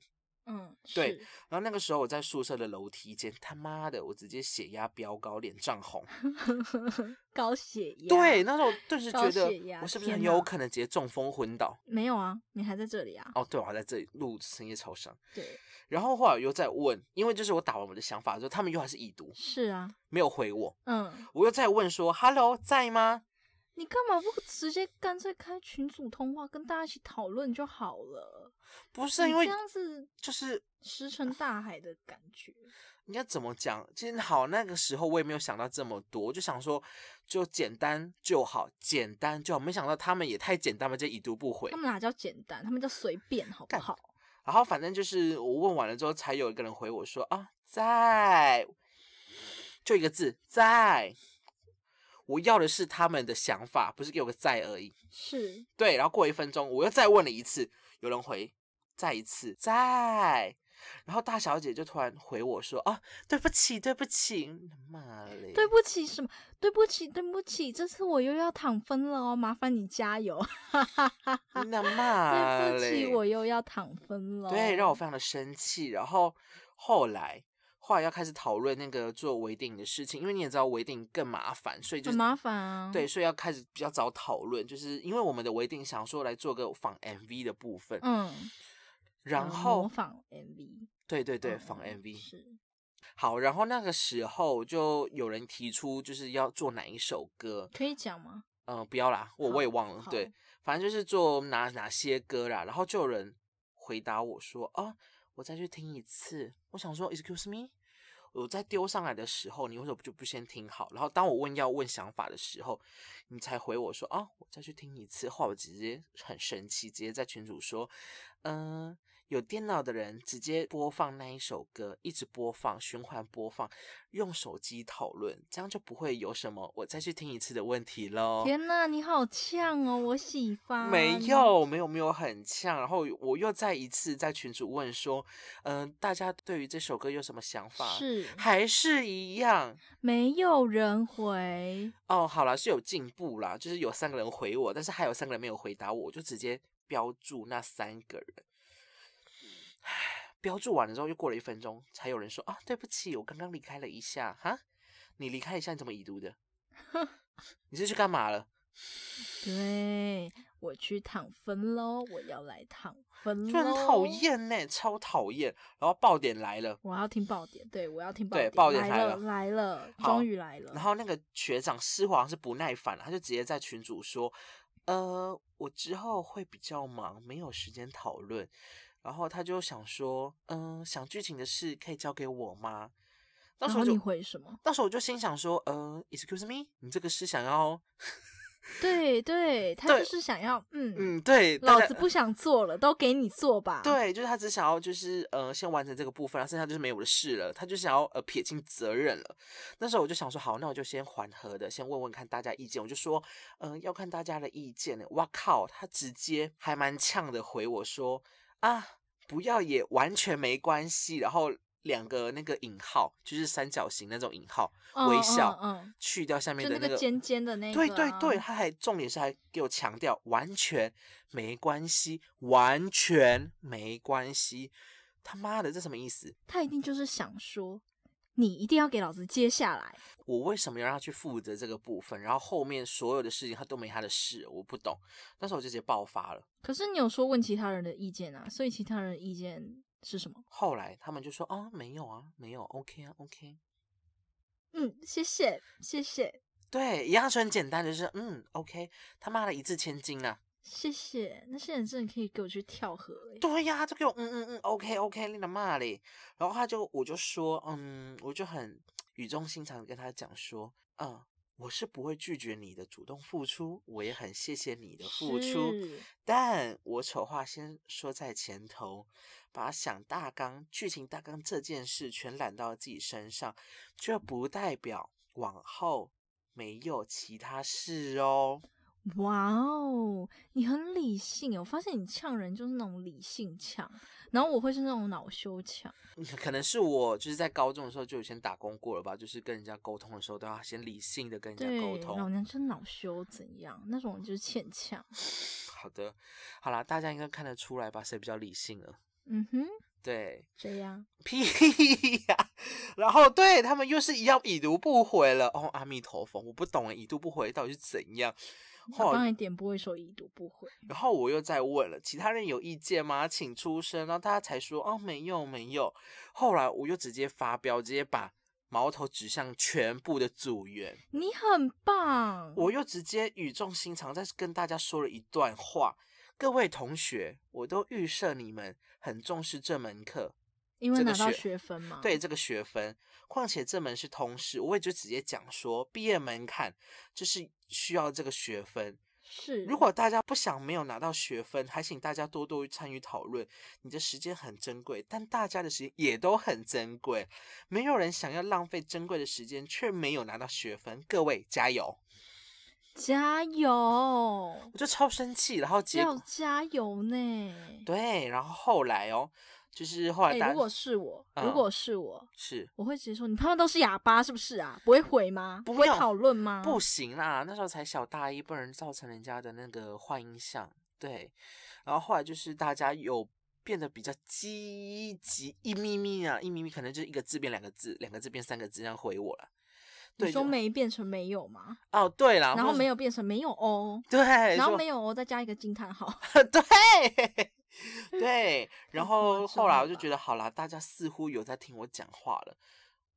Speaker 1: 嗯，
Speaker 2: 对
Speaker 1: 是，
Speaker 2: 然后那个时候我在宿舍的楼梯间，他妈的，我直接血压飙高，脸涨红。
Speaker 1: 高血压。
Speaker 2: 对，，那时候我顿时
Speaker 1: 高
Speaker 2: 觉得
Speaker 1: 血压
Speaker 2: 我是不是
Speaker 1: 天
Speaker 2: 很有
Speaker 1: 哪
Speaker 2: 可能直接中风昏倒？
Speaker 1: 没有啊，你还在这里啊？
Speaker 2: 哦，对，我还在这里录深夜超商。
Speaker 1: 对，
Speaker 2: 然后后来我又在问，因为就是我打完我的想法之后，他们又还是已读，
Speaker 1: 是啊，
Speaker 2: 没有回我，
Speaker 1: 嗯，
Speaker 2: 我又再问说 “Hello，在吗？”
Speaker 1: 你干嘛不直接干脆开群组通话，跟大家一起讨论就好了？
Speaker 2: 不是啊
Speaker 1: 你
Speaker 2: 因为
Speaker 1: 这样子
Speaker 2: 就是
Speaker 1: 石沉大海的感觉。
Speaker 2: 应该怎么讲？其实好，那个时候我也没有想到这么多，我就想说就简单就好，简单就好。没想到他们也太简单了，这已读不回
Speaker 1: 他。们哪叫简单，他们叫随便，好不
Speaker 2: 干
Speaker 1: 好？
Speaker 2: 然后反正就是我问完了之后，才有一个人回我说啊，在，就一个字在。我要的是他们的想法，不是给我个在而已。
Speaker 1: 是，
Speaker 2: 对，然后过一分钟，我又再问了一次，有人回，再一次，在。然后大小姐就突然回我说：“啊，对不起，对不起，妈嘞！”
Speaker 1: 对不起什么？对不起，对不起，这次我又要躺分了哦，麻烦你加油。
Speaker 2: 那骂
Speaker 1: 对不起，
Speaker 2: 啊嘞
Speaker 1: 我又要躺分了。
Speaker 2: 对，让我非常的生气。然后后来后来要开始讨论那个做围顶的事情，因为你也知道围顶更麻烦，所以就
Speaker 1: 很
Speaker 2: 是
Speaker 1: 麻烦啊。
Speaker 2: 对，，所以要开始比较早讨论，就是因为我们的围顶想说来做个仿 MV 的部分，
Speaker 1: 嗯，
Speaker 2: 然
Speaker 1: 模
Speaker 2: 后
Speaker 1: 仿 MV，
Speaker 2: 对对对，
Speaker 1: 嗯
Speaker 2: 仿 MV
Speaker 1: 是，
Speaker 2: 好，然后那个时候就有人提出就是要做哪一首歌，
Speaker 1: 可以讲吗？
Speaker 2: 嗯、不要啦，我我也
Speaker 1: 好
Speaker 2: 忘了，对
Speaker 1: 好，
Speaker 2: 反正就是做哪哪些歌啦，然后就有人回答我说：“啊，我再去听一次。”我想说：“Excuse me。”我在丢上来的时候，你为什么就不先听好？然后当我问要问想法的时候，你才回我说：“啊，我再去听一次。”后来我直接很生气，直接在群主说：“嗯、有电脑的人直接播放那一首歌，一直播放，循环播放，用手机讨论，这样就不会有什么我再去听一次的问题喽。”
Speaker 1: 天哪，你好呛哦，我喜欢。
Speaker 2: 哦
Speaker 1: 哦
Speaker 2: 没有，没有，没有很呛。然后我又再一次在群主问说，嗯、大家对于这首歌有什么想法？
Speaker 1: 是
Speaker 2: 还是一样
Speaker 1: 没有人回，
Speaker 2: 哦。好啦，是有进步啦，就是有三个人回我，但是还有三个人没有回答我，我就直接标注那三个人。唉标注完了之后，又过了一分钟，才有人说啊，对不起，我刚刚离开了一下哈。你离开一下，你怎么已读的？你是去干嘛了？
Speaker 1: 对我去躺分喽，我要来躺分喽，
Speaker 2: 就很讨。厌呢，超讨厌。然后爆点来了。
Speaker 1: 我要听爆点，对我要听爆
Speaker 2: 对
Speaker 1: 点，
Speaker 2: 爆点
Speaker 1: 来
Speaker 2: 来
Speaker 1: 了
Speaker 2: 了
Speaker 1: 来了，
Speaker 2: 好
Speaker 1: 终于来了。
Speaker 2: 然后那个学长似乎好像是不耐烦了，他就直接在群主说：“呃，我之后会比较忙，没有时间讨论。”然后他就想说：“嗯、想剧情的事可以交给我吗？”到
Speaker 1: 然
Speaker 2: 时候
Speaker 1: 后
Speaker 2: 我就
Speaker 1: 你回什么？
Speaker 2: 到时候我就心想说：“呃，excuse me，你这个是想要……
Speaker 1: 对对，他
Speaker 2: 对
Speaker 1: 就是想要，嗯，
Speaker 2: 嗯，对，大
Speaker 1: 老
Speaker 2: 家
Speaker 1: 子不想做了，都给你做吧。，
Speaker 2: 对，就是他只想要就是呃先完成这个部分，然后剩下就是没我的事了，他就想要呃撇清责任了。那时候我就想说，好，那我就先缓和的，先问问看大家意见。我就说，嗯、要看大家的意见呢。哇靠，他直接还蛮呛的回我说啊，不要也完全没关系。然后两个那个引号，就是三角形那种引号，
Speaker 1: 嗯
Speaker 2: 微笑
Speaker 1: 嗯
Speaker 2: 去掉下
Speaker 1: 嗯，
Speaker 2: 面
Speaker 1: 就
Speaker 2: 的
Speaker 1: 那个尖尖的那个
Speaker 2: 对
Speaker 1: 啊，
Speaker 2: 对对，他还重点是还给我强调，完全没关系，完全没关系。他妈的，这什么意思？
Speaker 1: 他一定就是想说，你一定要给老子接下来。
Speaker 2: 我为什么要让他去负责这个部分？然后后面所有的事情他都没他的事，我不懂。那时候我就直接爆发了。
Speaker 1: 可是你有说问其他人的意见啊，所以其他人的意见是什么？
Speaker 2: 后来他们就说啊，没有啊，没有，OK 啊，OK。
Speaker 1: 嗯，谢谢，谢谢，
Speaker 2: 对，一样是很简单的，就是嗯，OK。他妈的一字千金啊！
Speaker 1: 谢谢。那些人真的可以给我去跳河欸
Speaker 2: 对呀、他就给我嗯嗯嗯，OK OK，你的骂嘞。然后他就我就说，嗯，我就很语重心长地跟他讲说，嗯，我是不会拒绝你的主动付出，我也很谢谢你的付出，但我丑话先说在前头，把想大纲、剧情大纲这件事全揽到自己身上，这不代表往后没有其他事哦。
Speaker 1: 哇哦，你很理性欸耶，我发现你呛人就是那种理性呛，然后我会是那种恼羞呛。
Speaker 2: 可能是我就是在高中的时候就有先打工过了吧，就是跟人家沟通的时候都要先理性的跟人家沟
Speaker 1: 对，老
Speaker 2: 通。
Speaker 1: 娘真恼羞怎样？那种就是欠呛。
Speaker 2: 好的，好啦，大家应该看得出来吧，谁比较理性了？
Speaker 1: 嗯哼，
Speaker 2: 对，
Speaker 1: 这样
Speaker 2: 屁呀、然后对他们又是一样已读不回了。哦，阿弥陀佛，我不懂欸诶已读不回到底是怎样？
Speaker 1: 我
Speaker 2: 后
Speaker 1: 帮你点播一首《已读不回》。
Speaker 2: 然后我又再问了，其他人有意见吗？请出声。然后大家才说，哦，没有，没有。后来我又直接发飙，直接把矛头指向全部的组员。
Speaker 1: 你很棒，
Speaker 2: 我又直接语重心长再跟大家说了一段话：各位同学，我都预设你们很重视这门课，
Speaker 1: 因为
Speaker 2: 这
Speaker 1: 拿
Speaker 2: 个
Speaker 1: 到
Speaker 2: 学
Speaker 1: 学分嘛。
Speaker 2: 对这个学分。况且这门是通识，我也就直接讲说，毕业门槛就是需要这个学分。
Speaker 1: 是。
Speaker 2: 如果大家不想没有拿到学分，还请大家多多参与讨论。你的时间很珍贵，但大家的时间也都很珍贵，没有人想要浪费珍贵的时间却没有拿到学分。各位加油！
Speaker 1: 加油，
Speaker 2: 我就超生气，然后结
Speaker 1: 要
Speaker 2: 果
Speaker 1: 加油呢。
Speaker 2: 对，然后后来哦，就是后来
Speaker 1: 哎、
Speaker 2: 大家、
Speaker 1: 如果是我，
Speaker 2: 嗯
Speaker 1: 如果是我，
Speaker 2: 是
Speaker 1: 我会直接说：“你他们都是哑巴是不是啊？不会回吗？
Speaker 2: 不
Speaker 1: 不会
Speaker 2: 用
Speaker 1: 讨论吗？
Speaker 2: 不行啦，那时候才小大一，不能造成人家的那个坏印象。对，然后后来就是大家有变得比较积极，一咪咪啊，一咪咪，可能就是一个字变两个字，两个字变三个字，这样回我了。对，
Speaker 1: 你说
Speaker 2: 就
Speaker 1: 没变成没有吗？
Speaker 2: 哦，对啦，
Speaker 1: 然后没
Speaker 2: 有
Speaker 1: 有变成没有哦，
Speaker 2: 对，
Speaker 1: 然
Speaker 2: 然
Speaker 1: 后没有哦，再加一个惊叹号。
Speaker 2: 对 对，然
Speaker 1: 太夸
Speaker 2: 后后来
Speaker 1: 张
Speaker 2: 我就
Speaker 1: 哦了
Speaker 2: 觉得好啦，大家似乎有在听我讲话了。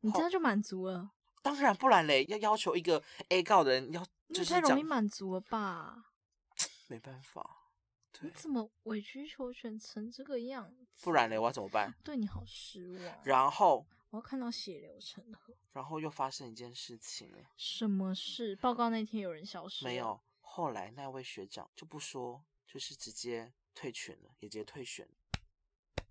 Speaker 1: 你这样就满足了，
Speaker 2: 当然，不然嘞，要要求一个 A 告的人要
Speaker 1: 你
Speaker 2: 就
Speaker 1: 也
Speaker 2: 是
Speaker 1: 太
Speaker 2: 讲
Speaker 1: 容易满足了吧？
Speaker 2: 没办法，
Speaker 1: 你
Speaker 2: 对，
Speaker 1: 怎么委曲求全成这个样子？
Speaker 2: 不然嘞，我要怎么办？
Speaker 1: 对你好失望。
Speaker 2: 然后，
Speaker 1: 我要看到血流成河。
Speaker 2: 然后又发生一件事情了，
Speaker 1: 什么事？报告那天有人消失？
Speaker 2: 没。有。后来那位学长就不说，就是直接退群了，也直接退选了。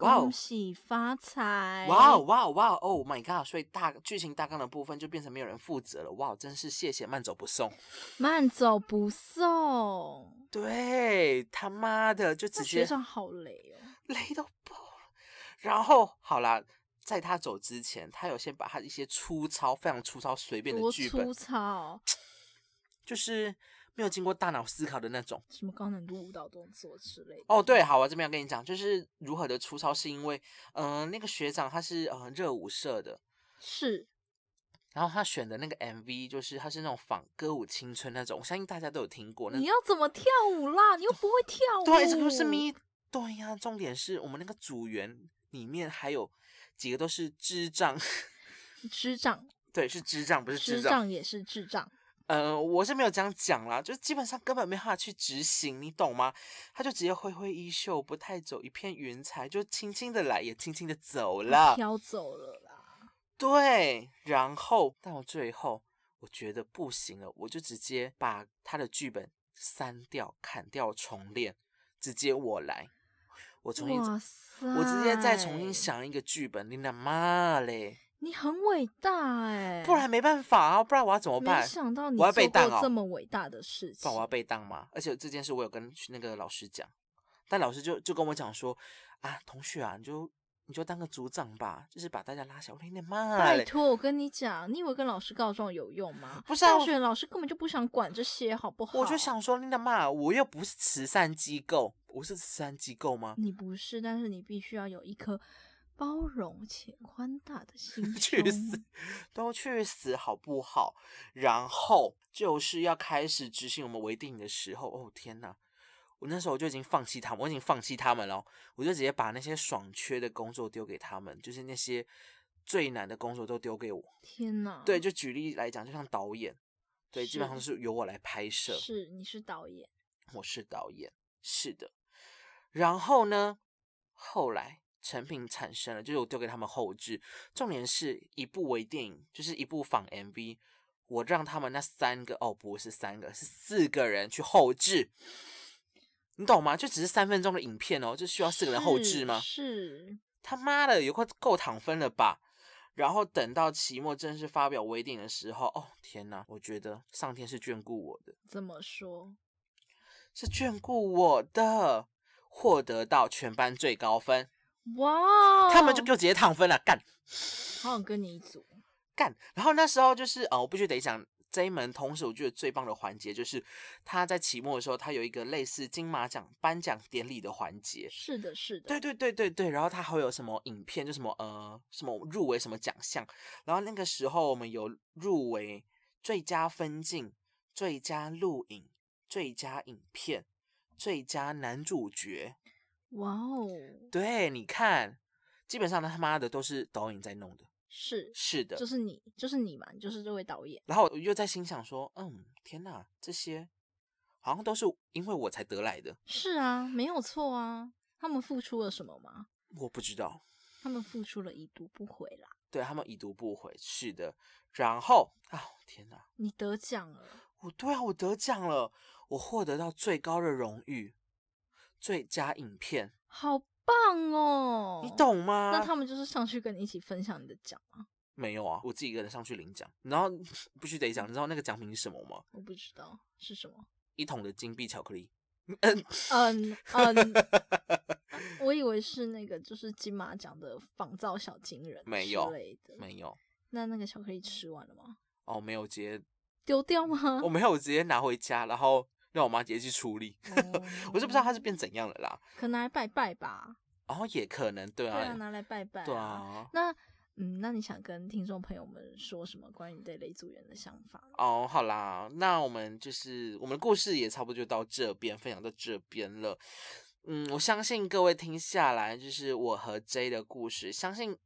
Speaker 2: 哇哦
Speaker 1: 恭喜发财！
Speaker 2: 哇哦！哇哦哇哦！Oh my god！所以大剧情大纲的部分就变成没有人负责了。哇，哦真是谢谢慢走 不送。
Speaker 1: 慢走不送。
Speaker 2: 对，他妈的就
Speaker 1: 这
Speaker 2: 直接
Speaker 1: 学长好雷哦。
Speaker 2: 雷都爆了。然后好啦，在他走之前，他有先把他一些粗糙、非常粗糙、随便的
Speaker 1: 多
Speaker 2: 剧本
Speaker 1: 粗，糙，
Speaker 2: 就是没有经过大脑思考的那种。
Speaker 1: 什么高难度舞蹈动作之类的。
Speaker 2: 哦，对，好，我这边要跟你讲，就是如何的粗糙，是因为，嗯、那个学长他是呃热舞社的，
Speaker 1: 是
Speaker 2: 然后他选的那个 MV 就是他是那种仿歌舞青春那种，我相信大家都有听过那
Speaker 1: 你。要哦怎么跳舞啦？你又不会跳舞。
Speaker 2: 对，这个就是咪。对呀、重点是我们那个组员里面还有几个都是智障，
Speaker 1: 智障，
Speaker 2: 对，是智障，不是
Speaker 1: 智
Speaker 2: 智障。
Speaker 1: 障也是智障。
Speaker 2: 呃，我是没有这样讲啦，就是基本上根本没办法去执行，你懂吗？他就直接挥挥衣袖，不太走，一片云彩，就轻轻的来，也轻轻的走了。
Speaker 1: 飘走了啦。
Speaker 2: 对，然后到最后，我觉得不行了，我就直接把他的剧本删掉、砍掉、重练，直接我来，我重新，
Speaker 1: 哇塞！
Speaker 2: 我直接再重新。想一个剧本，你他妈嘞！
Speaker 1: 你很伟大哎、
Speaker 2: 不然没办法啊，不然我要怎么
Speaker 1: 没
Speaker 2: 办？
Speaker 1: 想到你
Speaker 2: 我
Speaker 1: 做
Speaker 2: 要被当
Speaker 1: 过
Speaker 2: 哦
Speaker 1: 这么伟大的事
Speaker 2: 不
Speaker 1: 情
Speaker 2: 然我。要被当嘛。而且这件事我有跟那个老师讲，但老师就就跟我讲说啊，同学啊，你就你就当个组长吧，就是把大家拉小。我说你的妈
Speaker 1: 拜
Speaker 2: 嘞！
Speaker 1: 托，我跟你讲，你以为跟老师告状有用吗？
Speaker 2: 不是啊
Speaker 1: 大
Speaker 2: 我
Speaker 1: 学老师根本就不想管这些，好不好？
Speaker 2: 我就，想说，你的妈，我又不是慈善机构，我是慈善机构吗？
Speaker 1: 你不是，但是你必须要有一颗包容且宽大的心
Speaker 2: 去
Speaker 1: 胸
Speaker 2: 死！都去死好不好？然后就是要开始执行我们规定的时候，哦天哪！我那时候就已经放弃他们，我已经放弃他们了，我就直接把那些爽缺的工作丢给他们，就是那些最难的工作都丢给我。
Speaker 1: 天哪！
Speaker 2: 对，，就举例来讲，就像导演，对，基本上都
Speaker 1: 是
Speaker 2: 是由我来拍摄，
Speaker 1: 是你是导演，
Speaker 2: 我是导演，是的。然后呢，后来成品产生了，就是我丢给他们后置。重点是一部微电影，就是一部仿 MV，我让他们那三个哦，不是三个，是四个人去后置，你懂吗？就只是三分钟的影片哦，就需要四个人后置吗？
Speaker 1: 是，是
Speaker 2: 他妈的，有块够躺分了吧？然后等到期末正式发表微电影的时候，哦天哪，我觉得上天是眷顾我的，
Speaker 1: 怎么说？
Speaker 2: 是眷顾我的，获得到全班最高分，
Speaker 1: 哇，哦
Speaker 2: 他们就给我直接躺分了，干
Speaker 1: 好想跟你一组，
Speaker 2: 干。然后那时候就是呃，我必须得讲这一门，同时我觉得最棒的环节就是他在期末的时候，他有一个类似金马奖颁奖典礼的环节，
Speaker 1: 是的，是的，
Speaker 2: 对对对对对，然后它还会有什么影片，就什么呃什么入围什么奖项，然后那个时候我们有入围最佳分镜、最佳录影、最佳影片、最佳男主角。
Speaker 1: 哇哦，
Speaker 2: 对，你看，基本上他妈的都是导演在弄的。
Speaker 1: 是，
Speaker 2: 是的
Speaker 1: 就，是你，就是你嘛，你就是这位导演，
Speaker 2: 然后我又在心想说，嗯，天哪，这些好像都是因为我才得来的，
Speaker 1: 是啊，没有错啊，他们付出了什么吗？
Speaker 2: 我不知道。
Speaker 1: 他们付出了已读不回啦，
Speaker 2: 对他们已读不回，是的。然后啊，天哪，
Speaker 1: 你得奖了，
Speaker 2: 我对啊，我得奖了，我获得到最高的荣誉，最佳影片，
Speaker 1: 好棒哦！
Speaker 2: 你？懂啊吗？
Speaker 1: 那他们就是上去跟你一起分享你的奖吗？
Speaker 2: 没有啊，我自己一个人上去领奖，然后必须得讲，你知道那个奖品是什么吗？
Speaker 1: 我不知道是什么。
Speaker 2: 一桶的金币巧克力。嗯，
Speaker 1: 嗯嗯， 我以为是那个就是金马奖的仿造小金人
Speaker 2: 没有
Speaker 1: 之类的。
Speaker 2: 没有
Speaker 1: 那那个巧克力吃完了吗？
Speaker 2: 哦，没有直接，
Speaker 1: 丢掉吗？
Speaker 2: 我没有直接拿回家，然后让我妈直接去处理。
Speaker 1: 哦
Speaker 2: 我是不知道它是变怎样了啦，
Speaker 1: 可能来拜拜吧。
Speaker 2: 然后也可能对
Speaker 1: 对
Speaker 2: 啊，
Speaker 1: 啊，拿来拜拜、
Speaker 2: 对啊
Speaker 1: 那嗯，那你想跟听众朋友们说什么关于对雷组员的想法呢？
Speaker 2: 哦，好啦，那我们就是我们的故事也差不多就到这边，分享到这边了。嗯，我相信各位听下来，就是我和 J 的故事，相信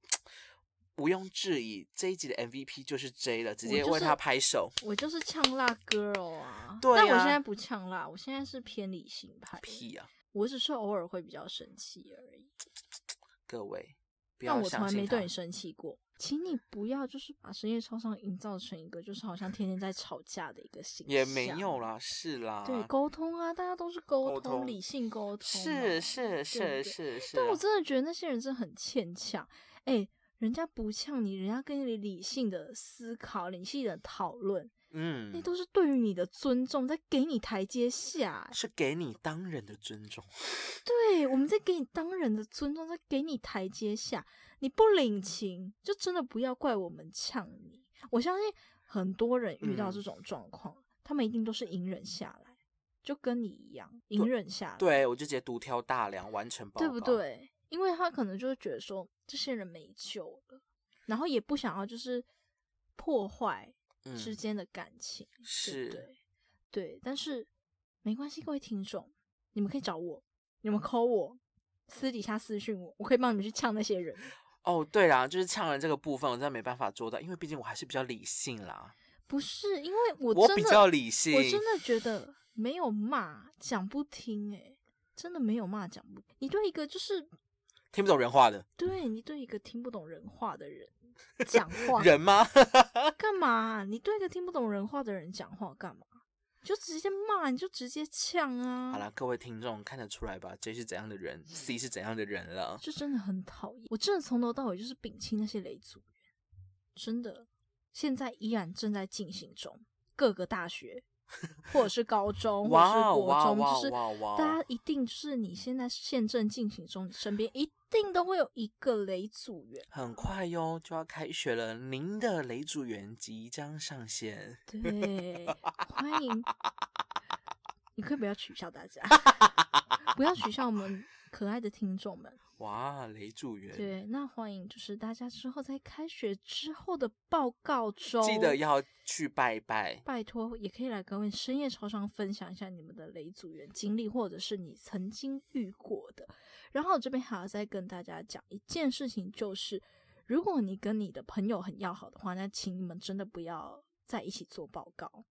Speaker 2: 毋庸置疑，这一集的 MVP 就是 J 了，直
Speaker 1: 我
Speaker 2: 接
Speaker 1: 就
Speaker 2: 为他
Speaker 1: 是
Speaker 2: 拍手。
Speaker 1: 我就是呛辣 girl 啊，
Speaker 2: 对
Speaker 1: 但我
Speaker 2: 啊
Speaker 1: 现在不呛辣，我现在是偏理性派。
Speaker 2: 屁！啊，
Speaker 1: 我只是偶尔会比较生气而已，
Speaker 2: 各位，不
Speaker 1: 但
Speaker 2: 要
Speaker 1: 我从
Speaker 2: 相
Speaker 1: 来
Speaker 2: 信
Speaker 1: 没
Speaker 2: 他
Speaker 1: 对你。生气过。请你不要就是把深夜超商营造成一个就是好像天天在吵架的一个形象，
Speaker 2: 也没有。啦，是啦，
Speaker 1: 对，沟通啊，大家都是沟
Speaker 2: 沟通
Speaker 1: 理性沟通啊嘛，
Speaker 2: 是是
Speaker 1: 对
Speaker 2: 是
Speaker 1: 不对
Speaker 2: 是是
Speaker 1: 但我
Speaker 2: 啊，
Speaker 1: 真的觉得那些人真的很欠呛。哎、人家不呛你，人家跟你理性的思考、理性的讨论，那
Speaker 2: 嗯，
Speaker 1: 都是对于你的尊重，在给你台阶下、哎
Speaker 2: 是给你当人的尊重。啊
Speaker 1: 对，我们在给你当人的尊重，在给你台阶下。你不领情，就真的不要怪我们呛你。我相信很多人遇到
Speaker 2: 嗯
Speaker 1: 这种状况，他们一定都是隐忍下来，就跟你一样隐忍下来。
Speaker 2: 对，我就直接独挑大梁，完成报告，
Speaker 1: 对不？对？因为他可能就会觉得说这些人没救了，然后也不想要就是破坏
Speaker 2: 嗯，
Speaker 1: 之间的感情，对
Speaker 2: 是
Speaker 1: 不对？对，但是没关系，各位听众，你们可以找我，你们 call 我，私底下私讯我，我可以帮你们去呛那些人。
Speaker 2: 哦，对啦，就是呛人这个部分，我真的没办法做到，因为毕竟我还是比较理性啦，
Speaker 1: 不是因为我
Speaker 2: 我
Speaker 1: 真的
Speaker 2: 比较理性，
Speaker 1: 我真的觉得没有骂讲不听、欸，真的没有骂讲不听。你对一个就是
Speaker 2: 听不懂人话的
Speaker 1: 对你对一个听不懂人话的人讲话，
Speaker 2: 人吗？
Speaker 1: 干嘛？啊你对一个听不懂人话的人讲话干嘛？啊你就直接骂，你就直接呛啊！
Speaker 2: 好啦，，各位听众看得出来吧，J 是怎样的人，C 是怎样的人了。
Speaker 1: 就真的很讨厌。我真的从头到尾就是摒弃那些雷组员，真的，现在依然正在进行中，各个大学或者是高中或者
Speaker 2: 哇
Speaker 1: 是
Speaker 2: 哦
Speaker 1: 国
Speaker 2: 哇
Speaker 1: 中，
Speaker 2: 哇
Speaker 1: 就是
Speaker 2: 哇哇！哦
Speaker 1: 大家一定就是你现在现正进行中，你身边一定都会有一个雷组员。
Speaker 2: 很快哟，就要开学了，您的雷组员即将上线。
Speaker 1: 对，欢 迎。你可以不要取笑大家，不要取笑我们可爱的听众们。
Speaker 2: 哇，雷组员，
Speaker 1: 对，那欢迎就是大家之后在开学之后的报告中，
Speaker 2: 记得要去拜拜。
Speaker 1: 拜托，也可以来跟我们深夜超商分享一下你们的雷组员经历，或者是你曾经遇过的。然后我这边还要再跟大家讲一件事情，就是如果你跟你的朋友很要好的话，那请你们真的不要在一起做报告，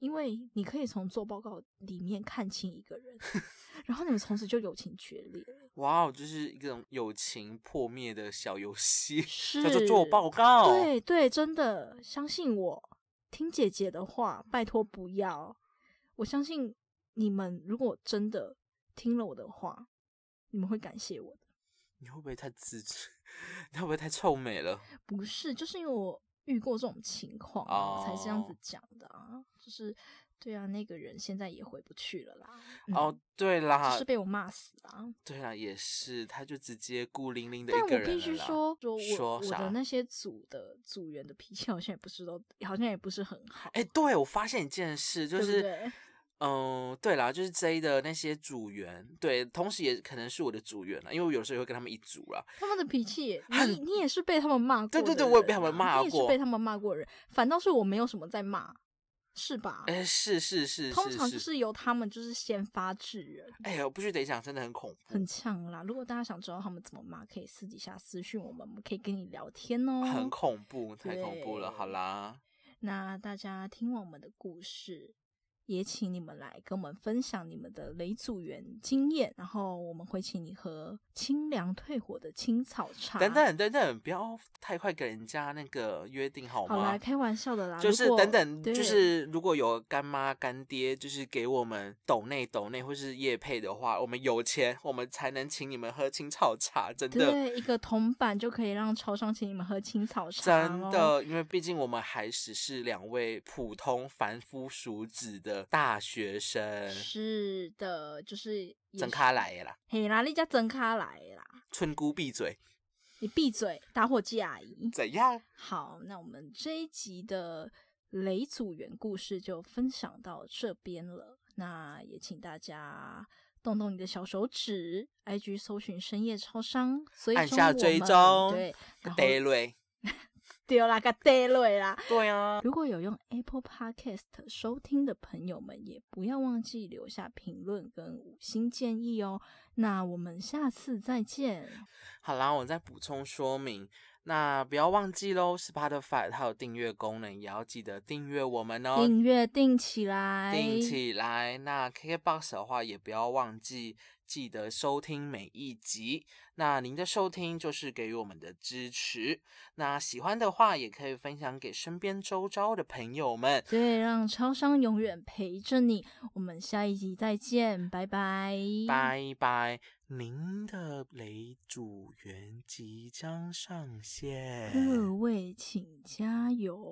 Speaker 1: 因为你可以从做报告里面看清一个人， 然后你们从此就友情决裂了。
Speaker 2: 哇哦，就是一种友情破灭的小游戏，
Speaker 1: 是
Speaker 2: 叫做做报告。
Speaker 1: 对对，真的相信我，听姐姐的话，拜托不要。我相信你们，如果真的听了我的话，你们会感谢我的。
Speaker 2: 你会不会太自知？你会不会太臭美了？
Speaker 1: 不是，就是因为我遇过这种情况啊，我才这样子
Speaker 2: 哦
Speaker 1: 讲的啊。就是对啊，那个人现在也回不去了啦。
Speaker 2: 哦，对
Speaker 1: 嗯，
Speaker 2: 啦
Speaker 1: 只是，被我骂死了啊。
Speaker 2: 对啦，也是，他就直接孤零零的
Speaker 1: 但
Speaker 2: 一个
Speaker 1: 我
Speaker 2: 人
Speaker 1: 必须
Speaker 2: 了啦
Speaker 1: 说，说我
Speaker 2: 说
Speaker 1: 我
Speaker 2: 啥
Speaker 1: 的那些组的组员的脾气好像也不是都，好像也不是很好。
Speaker 2: 哎、对我发现一件事，就
Speaker 1: 对不
Speaker 2: 是，
Speaker 1: 对
Speaker 2: 嗯、对啦，就是 J 的那些组员，对，同时也可能是我的组员了，因为我有时候也会跟他们一组啦。
Speaker 1: 他们的脾气也，
Speaker 2: 很
Speaker 1: 你你也是被他们骂过的
Speaker 2: 对
Speaker 1: 人啊、
Speaker 2: 对对我也被他们骂
Speaker 1: 你也
Speaker 2: 过
Speaker 1: 是被他们骂过的人，反倒是我没有什么在骂，是吧？
Speaker 2: 哎、是是是
Speaker 1: 通常
Speaker 2: 是，
Speaker 1: 就是是由他们就是先发制人，
Speaker 2: 哎、我必须得讲，真的很恐怖，
Speaker 1: 很呛啦。如果大家想知道他们怎么骂，可以私底下私讯我们，我们可以跟你聊天哦。
Speaker 2: 很恐怖，太恐怖了。好
Speaker 1: 对
Speaker 2: 啦，
Speaker 1: 那大家听完我们的故事，也请你们来跟我们分享你们的雷组员经验，然后我们会请你喝清凉退火的青草茶。
Speaker 2: 等，等等等，不要太快给人家那个约定好
Speaker 1: 好啦，
Speaker 2: 吗？
Speaker 1: 开玩笑的啦。
Speaker 2: 就是
Speaker 1: 如果
Speaker 2: 等等，
Speaker 1: 对
Speaker 2: 就是如果有干妈干爹，就是给我们抖内抖内或是夜配的话，我们有钱，我们才能请你们喝青草茶，真的。
Speaker 1: 对，一个铜板就可以让超商请你们喝青草茶
Speaker 2: 真
Speaker 1: 咯，
Speaker 2: 的，因为毕竟我们还只是两位普通凡夫俗子的大学生，
Speaker 1: 是的，就是也
Speaker 2: 睁
Speaker 1: 是
Speaker 2: 开来的啦，
Speaker 1: 嘿啦，你家整卡来啦，
Speaker 2: 村姑闭嘴，
Speaker 1: 你闭嘴，打火机阿姨。
Speaker 2: 怎样？
Speaker 1: 好，那我们这一集的雷组员故事就分享到这边了。那也请大家动动你的小手指，IG 搜寻深夜超商，所以
Speaker 2: 按下追踪
Speaker 1: 对，然后
Speaker 2: 得嘞，
Speaker 1: 丢啦个对瑞啦。
Speaker 2: 对啊，
Speaker 1: 如果有用 Apple Podcast 收听的朋友们，也不要忘记留下评论跟五星建议哦。那我们下次再见。
Speaker 2: 好啦，我再补充说明。那不要忘记喽，Spotify 它有订阅功能，也要记得订阅我们哦，
Speaker 1: 订阅定起来，
Speaker 2: 订起来。那 KKBox 的话，也不要忘记记得收听每一集。那您的收听就是给予我们的支持。那喜欢的话，也可以分享给身边周遭的朋友们。
Speaker 1: 对，让超商永远陪着你。我们下一集再见，拜拜，。
Speaker 2: 拜拜，您的雷主员即将上线。
Speaker 1: 哦各位请加油。